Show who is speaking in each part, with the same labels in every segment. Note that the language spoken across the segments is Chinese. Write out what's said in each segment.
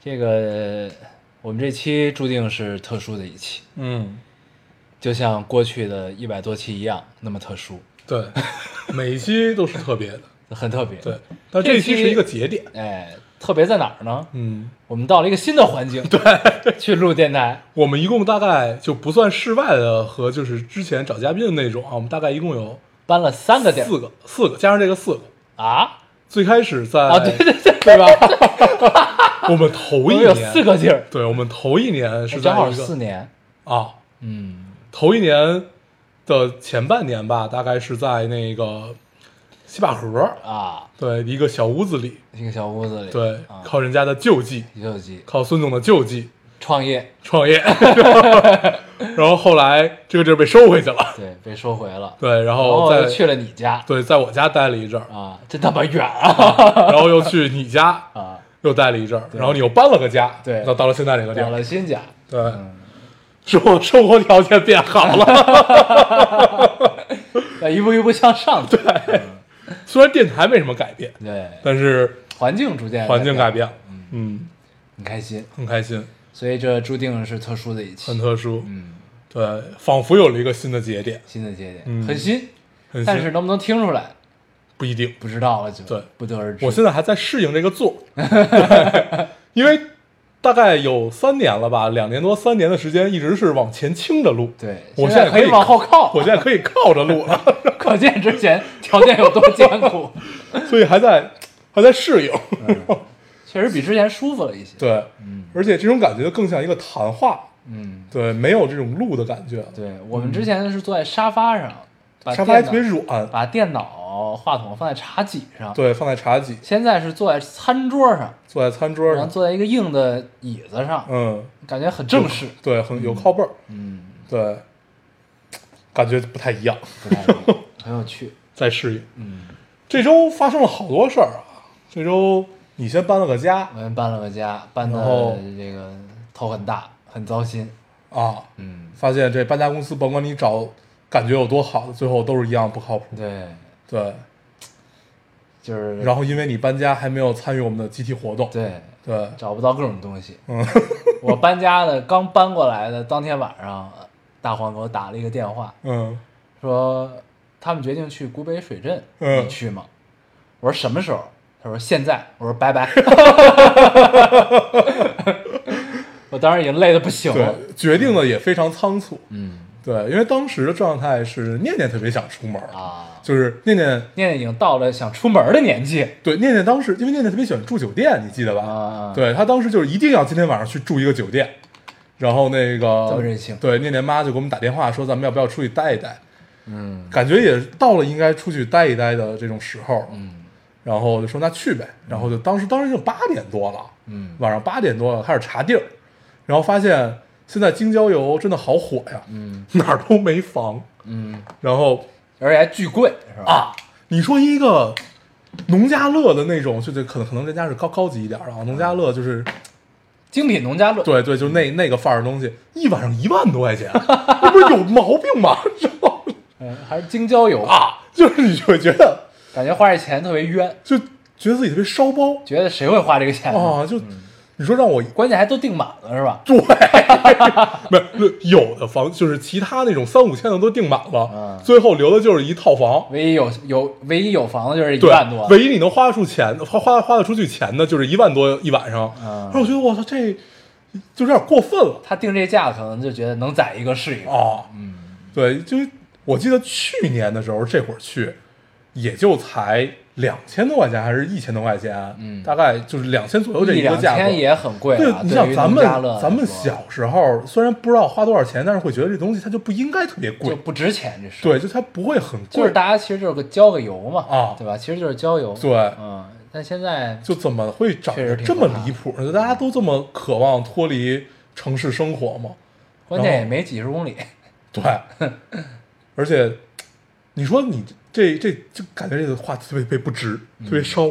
Speaker 1: 这个我们这期注定是特殊的一期，
Speaker 2: 嗯，
Speaker 1: 就像过去的一百多期一样，那么特殊，
Speaker 2: 对，每一期都是特别的，
Speaker 1: 很特别。
Speaker 2: 对，，但这一期
Speaker 1: 这期
Speaker 2: 是一个节点，
Speaker 1: 哎，特别在哪儿呢？
Speaker 2: 嗯，
Speaker 1: 我们到了一个新的环境，对，去录电台，
Speaker 2: 我们一共大概就不算室外的和就是之前找嘉宾的那种啊，我们大概一共有
Speaker 1: 搬了三个点
Speaker 2: 四个，四个加上这个四个，
Speaker 1: 啊
Speaker 2: 最开始在
Speaker 1: 啊！对对对，
Speaker 2: 对吧？ 我们头
Speaker 1: 我
Speaker 2: 一
Speaker 1: 们有四
Speaker 2: 年，
Speaker 1: 个地儿，
Speaker 2: 对，我们头一年是
Speaker 1: 哎
Speaker 2: 在
Speaker 1: 正好
Speaker 2: 一个
Speaker 1: 四年。
Speaker 2: 啊，
Speaker 1: 嗯，
Speaker 2: 头一年的前半年吧，大概是在那个西坝河，
Speaker 1: 啊，
Speaker 2: 对，一个小屋子里。
Speaker 1: 一个小屋子里，
Speaker 2: 对，
Speaker 1: 啊，
Speaker 2: 靠人家的救济，
Speaker 1: 一手机
Speaker 2: 靠孙总的救济
Speaker 1: 创业，
Speaker 2: 创业， 然后后来这个地儿被收回去了，
Speaker 1: 对，被收回了。
Speaker 2: 对，然
Speaker 1: 然后
Speaker 2: 后
Speaker 1: 我
Speaker 2: 在
Speaker 1: 又去了你家
Speaker 2: 对，在我家待了一阵儿，
Speaker 1: 啊，真他妈远啊！
Speaker 2: 然后又去你家
Speaker 1: 啊，
Speaker 2: 又待了一阵儿，然后你又搬了个家，
Speaker 1: 对
Speaker 2: 到到了现在这个地
Speaker 1: 找
Speaker 2: 儿，
Speaker 1: 了新家，
Speaker 2: 对，生活生活条件变好
Speaker 1: 嗯
Speaker 2: 了，
Speaker 1: 要一步一步向上走。对
Speaker 2: 虽然电台没什么改变，
Speaker 1: 对，
Speaker 2: 但是
Speaker 1: 环境逐渐
Speaker 2: 环境改
Speaker 1: 改，
Speaker 2: 变了，嗯，
Speaker 1: 很开心。
Speaker 2: 很开心，
Speaker 1: 所以这注定是特殊的一
Speaker 2: 很
Speaker 1: 期，
Speaker 2: 特殊，
Speaker 1: 嗯，
Speaker 2: 对，仿佛有了一个新的节点，
Speaker 1: 新的节点，
Speaker 2: 嗯
Speaker 1: 很新，
Speaker 2: 很
Speaker 1: 但
Speaker 2: 新
Speaker 1: 是能不能听出来
Speaker 2: 不一定。
Speaker 1: 不知道了，就
Speaker 2: 对
Speaker 1: 不得而知。
Speaker 2: 我现在还在适应这 个座，对因为大概有三年了吧，两年多三年的时间，一直是往前倾着录。
Speaker 1: 对现
Speaker 2: 我现
Speaker 1: 在
Speaker 2: 在
Speaker 1: 可以往后靠
Speaker 2: 我现在可以靠着录了，
Speaker 1: 可见之前条件有多艰苦，
Speaker 2: 所以还在还在适应。
Speaker 1: 嗯确实比之前舒服了一些。，
Speaker 2: 对，而且这种感觉更像一个谈话，
Speaker 1: 嗯，
Speaker 2: 对，没有这种录的感觉。
Speaker 1: 对我们之前是坐在沙发上，把
Speaker 2: 沙发还
Speaker 1: 电脑
Speaker 2: 特别软，
Speaker 1: 把电脑话筒放在茶几上，
Speaker 2: 对，放在茶几，
Speaker 1: 现在是坐在餐桌上，
Speaker 2: 坐在餐桌
Speaker 1: 然后
Speaker 2: 上，
Speaker 1: 坐在一个硬的椅子上，
Speaker 2: 嗯，
Speaker 1: 感觉很正式。
Speaker 2: 对，很有靠背儿，
Speaker 1: 嗯，
Speaker 2: 对，感觉不太一样，
Speaker 1: 不太一样，很有趣。
Speaker 2: 在适应。
Speaker 1: 嗯，
Speaker 2: 这周发生了好多事儿啊！这周你先搬了个家
Speaker 1: 我们搬了个家，搬
Speaker 2: 然后
Speaker 1: 的这个头很大，很糟心。
Speaker 2: 啊，
Speaker 1: 嗯，
Speaker 2: 发现这搬家公司甭管你找感觉有多好，最后都是一样不靠谱。
Speaker 1: 对，
Speaker 2: 对，
Speaker 1: 就是
Speaker 2: 然后因为你搬家还没有参与我们的集体活动。
Speaker 1: 对，
Speaker 2: 对，
Speaker 1: 找不到各种东西。嗯， 我搬家的刚搬过来的当天晚上，大黄给我打了一个电话，
Speaker 2: 嗯，
Speaker 1: 说他们决定去古北水镇，
Speaker 2: 嗯
Speaker 1: 你去吗？我说什么时候？他说现在。我说拜拜。 我当时已经累得不行了。
Speaker 2: 对，决定的也非常仓促。
Speaker 1: 嗯
Speaker 2: 对，因为当时的状态是念念特别想出门，
Speaker 1: 啊，
Speaker 2: 就是念念
Speaker 1: 念念已经到了想出门的年纪
Speaker 2: 对念念当时，因为念念特别喜欢住酒店，你记得吧？
Speaker 1: 啊，，
Speaker 2: 对他当时就是一定要今天晚上去住一个酒店，然后那
Speaker 1: 这么
Speaker 2: 个
Speaker 1: 任性
Speaker 2: 对念念妈就给我们打电话说咱们要不要出去待一待，
Speaker 1: 嗯
Speaker 2: 感觉也到了应该出去待一待的这种时候，
Speaker 1: 嗯
Speaker 2: 然后就说那去呗，然后就当时当时就八点多了，
Speaker 1: 嗯
Speaker 2: 晚上八点多了开始查地儿，然后发现现在京郊游真的好火呀，
Speaker 1: 嗯
Speaker 2: 哪儿都没房，
Speaker 1: 嗯，
Speaker 2: 然后
Speaker 1: 而且还巨贵，是吧？
Speaker 2: 啊，你说一个农家乐的那种，就就可能可能人家是高高级一点儿啊，农家乐就是。
Speaker 1: 精品农家乐，
Speaker 2: 对对，就那那个范儿的东西，一晚上一万多块钱，那不是有毛病吗？ 知道吗
Speaker 1: 嗯，还是京郊游，
Speaker 2: 啊，就是你会觉得
Speaker 1: 感觉花这钱特别冤，
Speaker 2: 就觉得自己特别烧包
Speaker 1: 觉得谁会花这个钱呢？
Speaker 2: 啊，就
Speaker 1: 嗯
Speaker 2: 你说让我
Speaker 1: 关键还都订满了，是吧？
Speaker 2: 对，没有有的房就是其他那种三五千的都订满了
Speaker 1: 嗯，
Speaker 2: 最后留的就是一套房。
Speaker 1: 唯一有有唯一有房子就是一
Speaker 2: 对
Speaker 1: 万多，，
Speaker 2: 唯一你能花得出钱、花花花得出去钱的，就是一万多一晚上。
Speaker 1: 嗯
Speaker 2: 然后我觉得我操，这就有点过分了
Speaker 1: 他定这价可能就觉得能攒一个是一个，
Speaker 2: 啊！对，就我记得去年的时候，这会儿去也就才两千多块钱，还是一千多块钱，
Speaker 1: 嗯
Speaker 2: 大概就是两千左右这
Speaker 1: 一
Speaker 2: 个
Speaker 1: 两
Speaker 2: 价格。
Speaker 1: 千也很贵
Speaker 2: 对
Speaker 1: 了。，
Speaker 2: 你
Speaker 1: 对
Speaker 2: 想
Speaker 1: 于
Speaker 2: 咱
Speaker 1: 农
Speaker 2: 们
Speaker 1: 家乐来
Speaker 2: 咱们
Speaker 1: 说
Speaker 2: 小时候虽然不知道花多少钱，但是会觉得这东西它就不应该特别
Speaker 1: 就
Speaker 2: 贵，
Speaker 1: 不值钱，这事儿
Speaker 2: 对，就它不会很贵，
Speaker 1: 就是大家其实就是个郊个游嘛，
Speaker 2: 啊
Speaker 1: 对吧？其实就是郊游，
Speaker 2: 对
Speaker 1: 嗯，但现在
Speaker 2: 就怎么会长
Speaker 1: 确实
Speaker 2: 得
Speaker 1: 挺
Speaker 2: 这么
Speaker 1: 可怕
Speaker 2: 离谱呢？大家都这么渴望脱离城市生活吗？
Speaker 1: 关键也没几十公里，
Speaker 2: 对，而且你说你这这就感觉这个话题特别特别不值，特
Speaker 1: 嗯
Speaker 2: 别烧。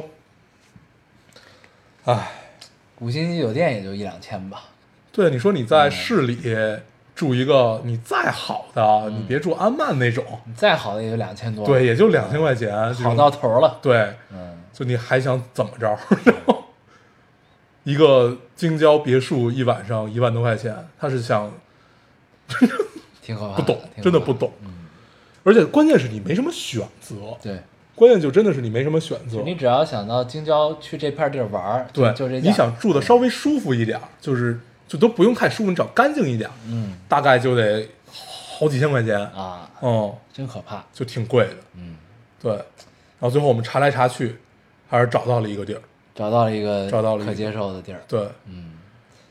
Speaker 2: 哎，
Speaker 1: 五星级酒店也就一两千吧。
Speaker 2: 对，你说你
Speaker 1: 嗯
Speaker 2: 在市里住一个，你再好的，
Speaker 1: 嗯
Speaker 2: 你别住安曼那种，
Speaker 1: 你再好的也就两千多，
Speaker 2: 对，，也就两千块钱，
Speaker 1: 嗯
Speaker 2: 这
Speaker 1: 好
Speaker 2: 种
Speaker 1: 到头了。
Speaker 2: 对，
Speaker 1: 嗯，
Speaker 2: 就你还想怎么着？然后 一个京郊别墅一晚上一万多块钱，他是想
Speaker 1: 挺可怕
Speaker 2: 不
Speaker 1: 的，
Speaker 2: 懂
Speaker 1: 挺可，怕
Speaker 2: 真的不懂。而且关键是你没什么选择，
Speaker 1: 对，
Speaker 2: 关键就真的是你没什么选择
Speaker 1: 就。你只要想到京郊去这片地儿玩儿，
Speaker 2: 对，
Speaker 1: 就就这价。
Speaker 2: 你想住的稍微舒服一点儿，就是就都不用太舒服，你只要干净一点儿，
Speaker 1: 嗯
Speaker 2: 大概就得好几千块钱，
Speaker 1: 啊，
Speaker 2: 嗯，
Speaker 1: 真可怕。
Speaker 2: 就挺贵的。
Speaker 1: 嗯，
Speaker 2: 对，然后最后我们查来查去，还是找到了一个地儿。
Speaker 1: 找到了一个
Speaker 2: 找到了一个
Speaker 1: 可接受的地儿，
Speaker 2: 对，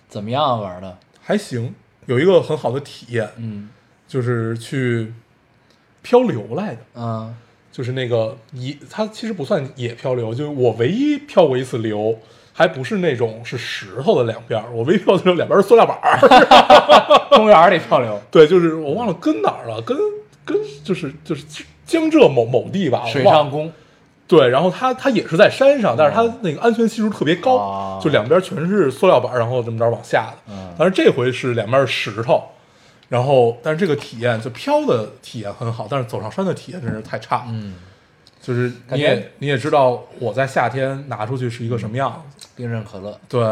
Speaker 1: 怎么样啊玩的？
Speaker 2: 还行，有一个很好的体验，
Speaker 1: 嗯
Speaker 2: 就是去漂流来的，
Speaker 1: 嗯
Speaker 2: 就是那个野，它其实不算野漂流，就是我唯一漂过一次流，还不是那种是石头的两边儿，我唯一漂的时候两边儿是塑料板儿。
Speaker 1: 公园里漂流，
Speaker 2: 对，就是我忘了跟哪儿了，跟跟就是就是江浙某某地吧，我
Speaker 1: 水
Speaker 2: 忘
Speaker 1: 上
Speaker 2: 了
Speaker 1: 宫，
Speaker 2: 对，然后它它也是在山上，但是它
Speaker 1: 嗯
Speaker 2: 那个安全系数特别高，
Speaker 1: 哦
Speaker 2: 就两边全是塑料板儿，然后这么着往下的。
Speaker 1: 嗯
Speaker 2: 但是这回是两边是石头，然后但是这个体验就飘的体验很好，但是走上山的体验真是太差了。
Speaker 1: 嗯，
Speaker 2: 就是
Speaker 1: 感
Speaker 2: 你
Speaker 1: 觉
Speaker 2: 也你也知道我在夏天拿出去是一个什么样子，
Speaker 1: 冰镇可乐，
Speaker 2: 对，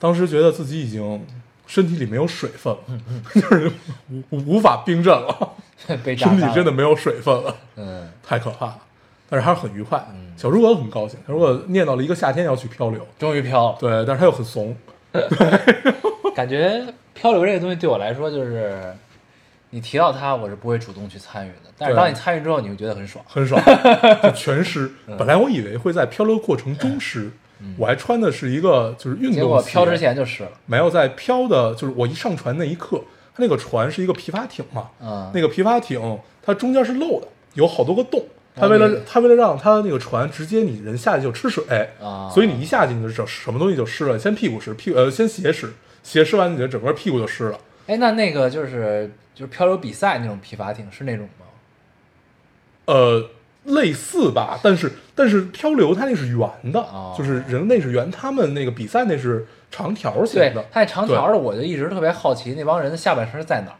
Speaker 2: 当时觉得自己已经身体里没有水分了，
Speaker 1: 嗯
Speaker 2: 就是无无法冰镇了。
Speaker 1: 被炸
Speaker 2: 身体
Speaker 1: 弹了
Speaker 2: 真的，没有水分了，
Speaker 1: 嗯，
Speaker 2: 太可怕了。但是还是很愉快。小诸葛很高兴，小诸葛念叨了一个夏天要去漂流，
Speaker 1: 终于飘了。
Speaker 2: 对，但是他又很怂，
Speaker 1: 感觉漂流这个东西对我来说就是，你提到它，我是不会主动去参与的。但是
Speaker 2: 对
Speaker 1: 当你参与之后，你会觉得很爽。
Speaker 2: 很 爽，就全湿。
Speaker 1: 嗯
Speaker 2: 本来我以为会在漂流过程中湿，我还穿的是一个就是运动鞋，
Speaker 1: 结果飘之前就湿了，
Speaker 2: 没有在漂的，就是我一上船那一刻，它那个船是一个皮筏艇嘛，
Speaker 1: 嗯
Speaker 2: 那个皮筏艇它中间是漏的，有好多个洞。它为
Speaker 1: 那
Speaker 2: 了
Speaker 1: 个
Speaker 2: 它为了让它那个船直接你人下去就吃水
Speaker 1: 啊
Speaker 2: 所以你一下去你就整什么东西就湿了，先屁股湿，屁呃先鞋湿，鞋湿完你的整个屁股就湿了。
Speaker 1: 哎，那那个就是就是漂流比赛那种皮筏艇是那种吗？
Speaker 2: 呃，类似吧，但是但是漂流它那是圆的，
Speaker 1: 哦
Speaker 2: 就是人那是圆，他们那个比赛那是长条形
Speaker 1: 对
Speaker 2: 的，，
Speaker 1: 它那长条的，我就一直特别好奇那帮人的下半身在哪儿。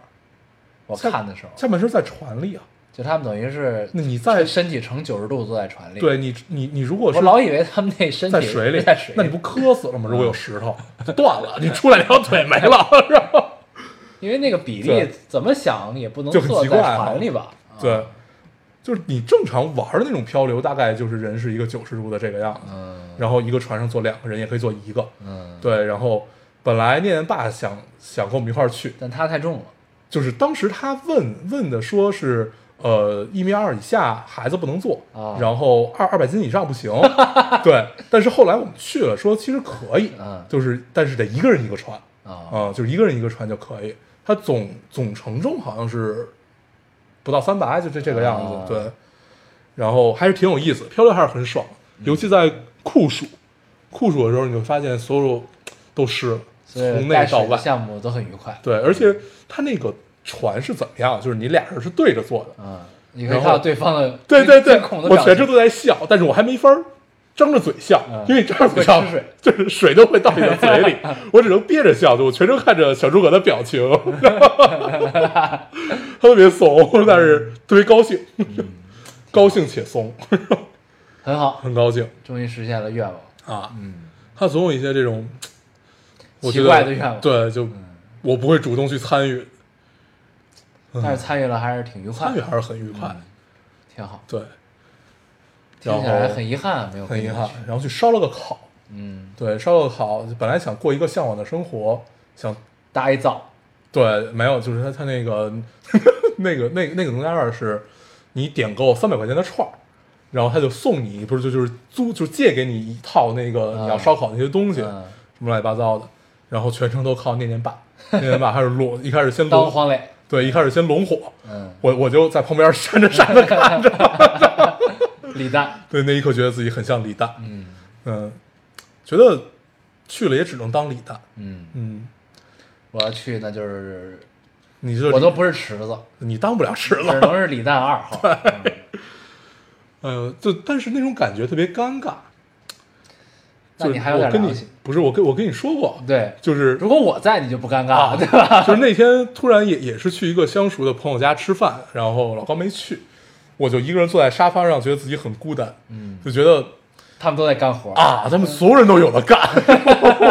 Speaker 1: 我
Speaker 2: 下
Speaker 1: 看的时候，
Speaker 2: 下半身在船里啊。
Speaker 1: 就他们等于是
Speaker 2: 那你在
Speaker 1: 身体呈九十度坐在船里，
Speaker 2: 对你你你如果是
Speaker 1: 我老以为他们那身体
Speaker 2: 在水里，
Speaker 1: 在水里，嗯
Speaker 2: 那你不磕死了吗？如果有石头就断了，你出来两条腿没了，是 吧？
Speaker 1: 因为那个比例
Speaker 2: 对
Speaker 1: 怎么想也不能
Speaker 2: 就很
Speaker 1: 坐
Speaker 2: 奇
Speaker 1: 在
Speaker 2: 怪啊
Speaker 1: 船里吧？
Speaker 2: 对，就是你正常玩的那种漂流，大概就是人是一个九十度的这个样子，
Speaker 1: 嗯
Speaker 2: 然后一个船上坐两个人，也可以坐一个。
Speaker 1: 嗯，
Speaker 2: 对，然后本来念念爸想想跟我们一块儿去，
Speaker 1: 但它太重了，
Speaker 2: 就是当时他问问的说是。呃，一米二以下孩子不能坐，
Speaker 1: 啊
Speaker 2: 然后二二百斤以上不行， 对。但是后来我们去了，说其实可以，
Speaker 1: 嗯
Speaker 2: 就是但是得一个人一个船，
Speaker 1: 啊、
Speaker 2: 啊、就是一个人一个船就可以。它总总承重好像是不到三百，就这这个样子。
Speaker 1: 啊
Speaker 2: 对，然后还是挺有意思，漂流还是很爽，
Speaker 1: 嗯
Speaker 2: 尤其在酷暑，酷暑的时候你会发现所有都湿了，
Speaker 1: 所以
Speaker 2: 从
Speaker 1: 带
Speaker 2: 内到
Speaker 1: 水的
Speaker 2: 外。
Speaker 1: 项目都很愉快。
Speaker 2: 对，而且它那个船是怎么样？就是你俩人是对着坐的，
Speaker 1: 嗯，你可以
Speaker 2: 然
Speaker 1: 看
Speaker 2: 后
Speaker 1: 到对方的
Speaker 2: 对对对
Speaker 1: 惊，恐的
Speaker 2: 我
Speaker 1: 表
Speaker 2: 全程
Speaker 1: 情，
Speaker 2: 都在笑，但是我还没法儿张着嘴笑，
Speaker 1: 嗯
Speaker 2: 因为张着嘴笑
Speaker 1: 会吃水
Speaker 2: 就是水都会到你的嘴 里，我只能憋着笑，就我全程看着小诸葛的表情， 特别怂，但是特别高兴，
Speaker 1: 嗯
Speaker 2: 高兴且怂，
Speaker 1: 很好，
Speaker 2: 很高兴
Speaker 1: 终于实现了愿望。
Speaker 2: 啊。
Speaker 1: 嗯，
Speaker 2: 他总有一些这种我
Speaker 1: 奇
Speaker 2: 觉得
Speaker 1: 怪的愿望嗯
Speaker 2: 对，就我不会主动去参与，
Speaker 1: 但是参与了还是挺愉快嗯
Speaker 2: 嗯参与，还是很愉快，
Speaker 1: 挺好。
Speaker 2: 对，
Speaker 1: 听起来很遗憾，没有
Speaker 2: 很
Speaker 1: 跟你
Speaker 2: 遗
Speaker 1: 们
Speaker 2: 憾
Speaker 1: 去。。
Speaker 2: 然后去烧了个烤，
Speaker 1: 嗯，
Speaker 2: 对，烧烤好，本来想过一个向往的生活，想
Speaker 1: 搭一灶，
Speaker 2: 对，没有，就是他他那个 那个那个那个农家院是，你点购三百块钱的串儿，然后他就送你，不是就就是租就借给你一套那个
Speaker 1: 嗯
Speaker 2: 你要烧烤那些东西，
Speaker 1: 嗯
Speaker 2: 什么乱七八糟的，然后全程都靠念念爸，念念爸开始泸，一开始 先
Speaker 1: 当
Speaker 2: 泸，
Speaker 1: 黄磊。
Speaker 2: 对，一开始先拢火，
Speaker 1: 嗯，
Speaker 2: 我我就在旁边 扇着扇子看着，
Speaker 1: 李诞。
Speaker 2: 对，那一刻觉得自己很像李诞，
Speaker 1: 嗯，
Speaker 2: 嗯，觉得去了也只能当李诞。
Speaker 1: 嗯，
Speaker 2: 嗯，
Speaker 1: 我要去那就是
Speaker 2: 你就
Speaker 1: 我都不是池子，
Speaker 2: 你当不了池子，
Speaker 1: 只能是李诞二号。嗯
Speaker 2: 呃，就但是那种感觉特别尴尬。
Speaker 1: 那
Speaker 2: 就是
Speaker 1: 你还有点
Speaker 2: 我跟
Speaker 1: 良
Speaker 2: 你
Speaker 1: 心。
Speaker 2: 不是我跟我跟你说过，
Speaker 1: 对，
Speaker 2: 就是
Speaker 1: 如果我在，你就不尴尬，
Speaker 2: 啊，
Speaker 1: 对吧？
Speaker 2: 就是那天突然也也是去一个相熟的朋友家吃饭，然后老高没去，我就一个人坐在沙发上，觉得自己很孤单，
Speaker 1: 嗯，
Speaker 2: 就觉得
Speaker 1: 他们都在干活，
Speaker 2: 啊，他们所有人都有的干，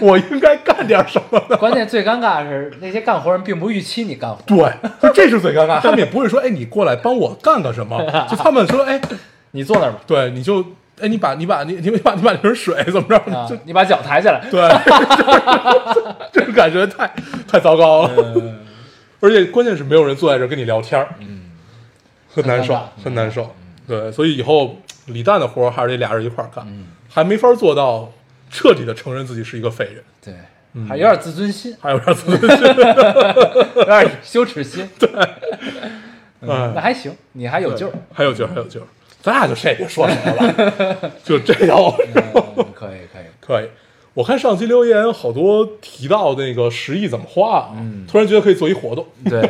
Speaker 2: 我应该干点什么呢？
Speaker 1: 关键最尴尬是那些干活人并不预期你干活，
Speaker 2: 对，就这是最尴尬，他们也不会说，哎，你过来帮我干个什么，就他们说，哎，
Speaker 1: 你坐那儿吧，
Speaker 2: 对，你就，哎，你把你把你你把你把那瓶水怎么着，
Speaker 1: 啊
Speaker 2: 就，
Speaker 1: 你把脚抬起来，
Speaker 2: 对，这种感觉太太糟糕
Speaker 1: 嗯
Speaker 2: 了。 而且关键是没有人坐在这儿跟你聊天儿，嗯，很难受
Speaker 1: 很尴，嗯
Speaker 2: 很难受。对，所以以后李诞的活儿还是得俩人一块儿干，
Speaker 1: 嗯
Speaker 2: 还没法做到彻底的承认自己是一个废人，
Speaker 1: 对，
Speaker 2: 嗯
Speaker 1: 还有点自尊 心，
Speaker 2: 还有点自尊心。
Speaker 1: 有点羞耻心， 那
Speaker 2: 哎，
Speaker 1: 还行，你还有救儿，
Speaker 2: 还有救，还有救。咱俩就谁也别说谁了， 就这条
Speaker 1: 嗯可以可以，
Speaker 2: 可以。我看上期留言好多提到那个十亿怎么花啊，
Speaker 1: 嗯
Speaker 2: 突然觉得可以做一活动。
Speaker 1: 对，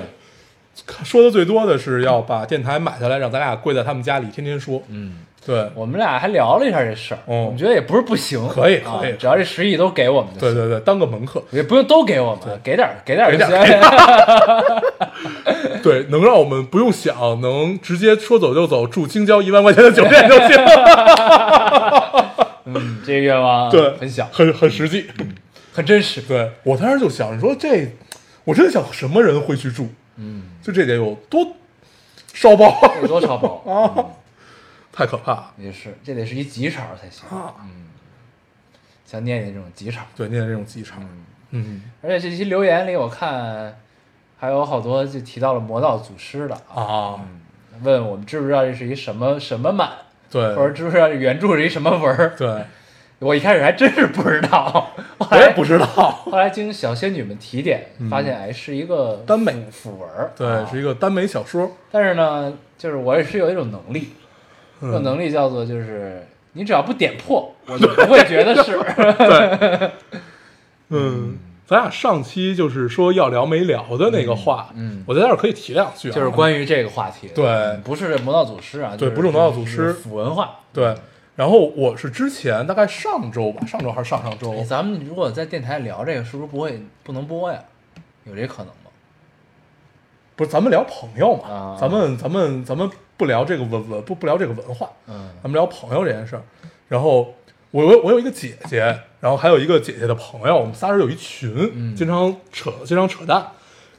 Speaker 2: 说的最多的是要把电台买下来，让咱俩跪在他们家里天天说。
Speaker 1: 嗯，
Speaker 2: 对，
Speaker 1: 我们俩还聊了一下这事儿，
Speaker 2: 嗯
Speaker 1: 我们觉得也不是不行，
Speaker 2: 可以
Speaker 1: 啊
Speaker 2: 可以
Speaker 1: 只要这十亿都给我们就
Speaker 2: 对
Speaker 1: 行，
Speaker 2: 对对，当个门客，
Speaker 1: 也不用都给我们，给点儿给点儿
Speaker 2: 给
Speaker 1: 就
Speaker 2: 点
Speaker 1: 行
Speaker 2: 儿，对，能让我们不用想，能直接说走就走，住京郊一万块钱的酒店 就行。
Speaker 1: 嗯， 这个愿望
Speaker 2: 对，
Speaker 1: 很小，
Speaker 2: 很很实际。
Speaker 1: 很真 实，
Speaker 2: 对我当时就想，你说这，我真的想什么人会去住？嗯，就这得有多烧包，啊
Speaker 1: 得多超薄嗯
Speaker 2: 太可怕了。
Speaker 1: 也是，这得是一急茬儿才行。
Speaker 2: 啊
Speaker 1: 嗯，像念念这种急茬儿，
Speaker 2: 对，念这种机场，嗯
Speaker 1: 而且这期留言里我看还有好多就提到了魔道祖师的啊，
Speaker 2: 啊，
Speaker 1: 问我们知不知道这是一什么什么满，
Speaker 2: 对
Speaker 1: 或者知不知道这原著是一什么文儿？
Speaker 2: 对，
Speaker 1: 我一开始还真是不知道，后
Speaker 2: 我也
Speaker 1: 来
Speaker 2: 不知道。
Speaker 1: 后来经小仙女们提点，发现哎是一个
Speaker 2: 耽美
Speaker 1: 腐腐文儿，
Speaker 2: 对，
Speaker 1: 啊
Speaker 2: 是一个耽美小说。
Speaker 1: 但是呢，就是我也是有一种能力，这种
Speaker 2: 嗯
Speaker 1: 能力叫做就是你只要不点破，我就不会觉得 是。
Speaker 2: 嗯，咱俩上期就是说要聊没聊的那个话，
Speaker 1: 嗯嗯
Speaker 2: 我在这儿可以提两句啊，
Speaker 1: 就是关于这个话题，
Speaker 2: 对
Speaker 1: 嗯不是魔道祖师啊，
Speaker 2: 对
Speaker 1: 就
Speaker 2: 不是魔道祖师
Speaker 1: 就是腐文化。
Speaker 2: 对。然后我是之前大概上周吧，上周还是上上周，
Speaker 1: 哎咱们如果在电台聊这个，是不是不会不能播呀？有这可能吗？
Speaker 2: 不是咱们聊朋友嘛，
Speaker 1: 啊
Speaker 2: 咱们咱们咱们不聊这个文文不不聊这个文化，
Speaker 1: 嗯
Speaker 2: 咱们聊朋友这件事儿。然后我有我有一个姐姐，然后还有一个姐姐的朋友，我们仨人有一群，
Speaker 1: 嗯
Speaker 2: 经常扯经常扯淡，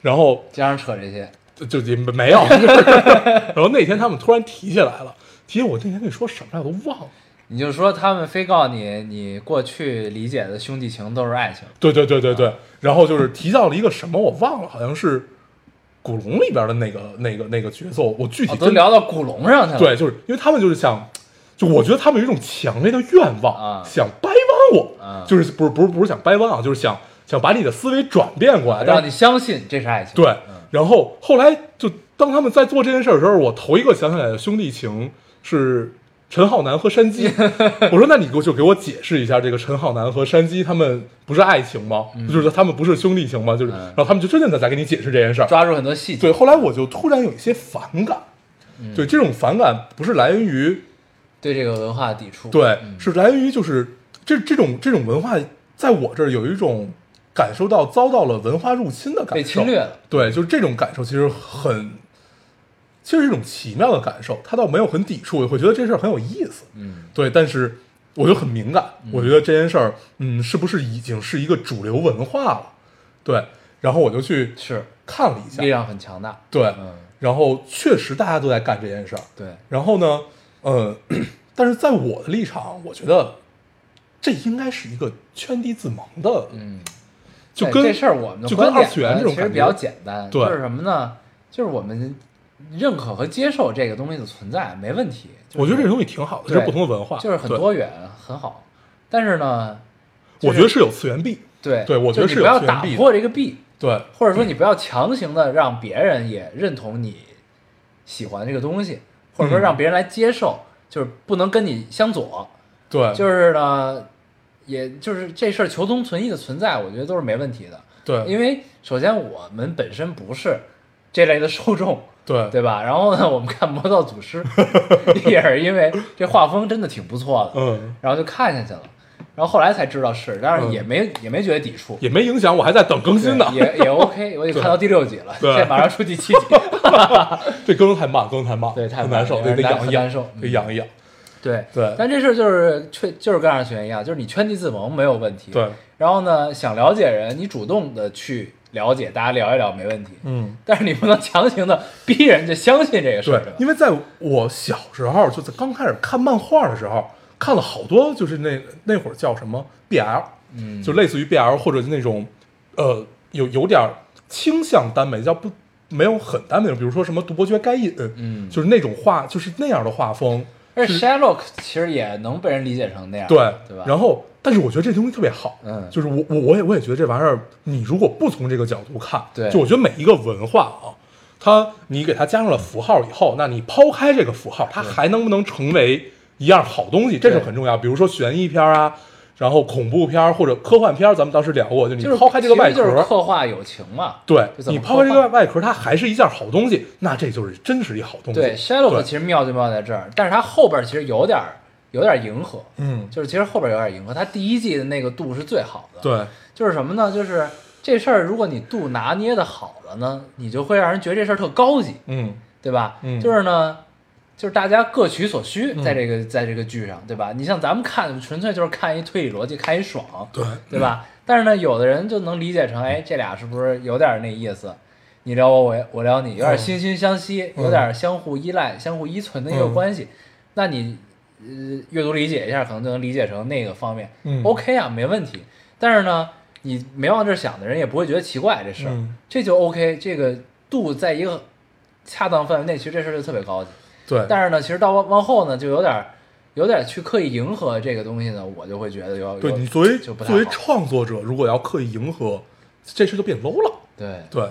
Speaker 2: 然后
Speaker 1: 加上扯这些，
Speaker 2: 就就也没有。 然后那天他们突然提起来了，提起我那天跟你说什么来我都忘了。
Speaker 1: 你就说他们非告你，你过去理解的兄弟情都是爱情，
Speaker 2: 对对对对对，
Speaker 1: 啊
Speaker 2: 然后就是提到了一个什么我忘了，好像是古龙里边的那个那个那个角色，我具体
Speaker 1: 哦，
Speaker 2: 真、
Speaker 1: 都聊到古龙上去了。
Speaker 2: 对，就是因为他们就是想，就我觉得他们有一种强烈的愿望，
Speaker 1: 啊
Speaker 2: 想掰弯我，
Speaker 1: 啊
Speaker 2: 就是不是不是不是想掰弯啊，就是想想把你的思维转变过来，但是
Speaker 1: 让你相信这是爱情。
Speaker 2: 对，然后后来就当他们在做这件事儿的时候，我头一个想起来的兄弟情是陈浩南和山鸡。我说：“那你给我就给我解释一下，这个陈浩南和山鸡他们不是爱情吗？就是他们不是兄弟情吗？就是，
Speaker 1: 嗯
Speaker 2: 然后他们就真的在在给你解释这件事儿。
Speaker 1: 抓住很多细节。
Speaker 2: 对，后来我就突然有一些反感，对这种反感不是来源于
Speaker 1: 对这个文化抵触。
Speaker 2: 对，
Speaker 1: 嗯
Speaker 2: 是来源于就是这这种这种文化，在我这儿有一种感受到遭到了文化入侵的感受，
Speaker 1: 被侵略了。
Speaker 2: 对，就是这种感受，其实很，其实是一种奇妙的感受。他倒没有很抵触，会觉得这事儿很有意思。
Speaker 1: 嗯，
Speaker 2: 对，但是我就很敏感，我觉得这件事儿，嗯，是不是已经是一个主流文化了？对，然后我就去
Speaker 1: 是
Speaker 2: 看了一
Speaker 1: 力
Speaker 2: 下，
Speaker 1: 量很强大。
Speaker 2: 对
Speaker 1: 嗯，
Speaker 2: 然后确实大家都在干这件事儿。
Speaker 1: 对，
Speaker 2: 然后呢，呃， 但是在我的立场，我觉得这应该是一个圈地自萌的，
Speaker 1: 嗯，
Speaker 2: 就
Speaker 1: 对
Speaker 2: 跟
Speaker 1: 这事儿我们的
Speaker 2: 就跟
Speaker 1: 观点
Speaker 2: 二次元
Speaker 1: 呢
Speaker 2: 这种
Speaker 1: 其实
Speaker 2: 感
Speaker 1: 比较
Speaker 2: 觉
Speaker 1: 简单，
Speaker 2: 对
Speaker 1: 就是什么呢？就是我们认可和接受这个东西的存在没问题。就是
Speaker 2: 我觉得这东西挺好的，
Speaker 1: 对
Speaker 2: 这是不同的文化，
Speaker 1: 就是很
Speaker 2: 对
Speaker 1: 多元，很好。但是呢，
Speaker 2: 我觉得是有次元壁，
Speaker 1: 对
Speaker 2: 对我觉得
Speaker 1: 就是你
Speaker 2: 有
Speaker 1: 不要
Speaker 2: 权
Speaker 1: 打
Speaker 2: 利的嗯
Speaker 1: 破这个壁，
Speaker 2: 对
Speaker 1: 或者说你不要强行的让别人也认同你
Speaker 2: 嗯
Speaker 1: 喜欢这个东西，或者说让别人来接受，就是不能跟你相左。
Speaker 2: 对，
Speaker 1: 就是呢，也就是这事儿求同存异的存在，我觉得都是没问题的。
Speaker 2: 对，
Speaker 1: 因为首先我们本身不是这类的受众，
Speaker 2: 对
Speaker 1: 对吧？然后呢，我们看《魔道祖师》， 也是因为这画风真的挺不错的，
Speaker 2: 嗯，
Speaker 1: 然后就看下去了。然后后来才知道是，但是也没、也没觉得抵触，
Speaker 2: 也没影响，我还在等更
Speaker 1: 对
Speaker 2: 新呢。
Speaker 1: 也 也 OK。我已经看到第六集了，
Speaker 2: 对
Speaker 1: 现在马上出第 七集。
Speaker 2: 这更太慢，更太慢，
Speaker 1: 对太
Speaker 2: 很
Speaker 1: 慢
Speaker 2: 难受，
Speaker 1: 了
Speaker 2: 得得
Speaker 1: 让人
Speaker 2: 养一
Speaker 1: 难
Speaker 2: 养
Speaker 1: 受，
Speaker 2: 得
Speaker 1: 嗯
Speaker 2: 养一养。
Speaker 1: 对
Speaker 2: 对
Speaker 1: 但这事儿就是确就是跟二次元一样，就是你圈地自萌没有问题。
Speaker 2: 对，
Speaker 1: 然后呢，想了解人，你主动的去了解，大家聊一聊没问题。
Speaker 2: 嗯，
Speaker 1: 但是你不能强行的逼人家相信这个事
Speaker 2: 对
Speaker 1: 儿，啊吧，
Speaker 2: 因为在我小时候，就在刚开始看漫画的时候，看了好多，就是那那会儿叫什么 BL，
Speaker 1: 嗯，
Speaker 2: 就类似于 BL 或者是那种，呃，有有点倾向耽美，叫不没有很耽美，比如说什么《独博绝该隐》，
Speaker 1: 嗯
Speaker 2: 就是那种画，就是那样的画风，
Speaker 1: 而且 Sherlock 其实也能被人理解成那样，
Speaker 2: 对
Speaker 1: 对吧？
Speaker 2: 然后，但是我觉得这东西特别好，
Speaker 1: 嗯
Speaker 2: 就是我我我也我也觉得这玩意儿，你如果不从这个角度看，
Speaker 1: 对
Speaker 2: 就我觉得每一个文化啊，它你给它加上了符号以后，那你抛开这个符号，它还能不能成为一样好东西，这是
Speaker 1: 对
Speaker 2: 很重要。比如说悬疑片啊，然后恐怖片儿或者科幻片儿，咱们当时聊过，就你
Speaker 1: 就是
Speaker 2: 抛开这个外
Speaker 1: 其实就是
Speaker 2: 壳。
Speaker 1: 刻画友情嘛。
Speaker 2: 对
Speaker 1: 就怎么
Speaker 2: 你抛开这
Speaker 1: 刻
Speaker 2: 个
Speaker 1: 画
Speaker 2: 外壳，它还是一件好东西，那这就是真是一好东西。
Speaker 1: 对，Sherlock 其实妙就妙在这儿，但是他后边其实有点儿有点儿迎合，
Speaker 2: 嗯，
Speaker 1: 就是其实后边有点儿迎合，他第一季的那个度是最好的。，
Speaker 2: 对
Speaker 1: 就是什么呢？就是这事儿，如果你度拿捏的好了呢，你就会让人觉得这事儿特高级，
Speaker 2: 嗯，
Speaker 1: 对吧？
Speaker 2: 嗯
Speaker 1: 就是呢，就是大家各取所需，
Speaker 2: 嗯
Speaker 1: 在这个在这个剧上，对吧？你像咱们看，纯粹就是看一推理逻辑，看一爽，
Speaker 2: 对
Speaker 1: 对吧？但是呢，有的人就能理解成，哎，这俩是不是有点那意思？你聊我，我我聊你，有点惺惺相惜，
Speaker 2: 嗯
Speaker 1: 有点相互依赖、相互依存的一个
Speaker 2: 嗯
Speaker 1: 关系。那你呃阅读理解一下，可能就能理解成那个方面。
Speaker 2: 嗯
Speaker 1: OK 啊，没问题。但是呢，你没往这儿想的人也不会觉得奇怪这事儿，
Speaker 2: 嗯
Speaker 1: 这就 OK。这个度在一个恰当范围内，其实这事儿就特别高级。
Speaker 2: 对，
Speaker 1: 但是呢，其实到往往后呢，就有点儿有点儿去刻意迎合这个东西呢，我就会觉得有
Speaker 2: 对
Speaker 1: 有
Speaker 2: 你作为
Speaker 1: 就不
Speaker 2: 作
Speaker 1: 太
Speaker 2: 为
Speaker 1: 好。
Speaker 2: 创作者，如果要刻意迎合，这事就变 low 了。
Speaker 1: 对
Speaker 2: 对，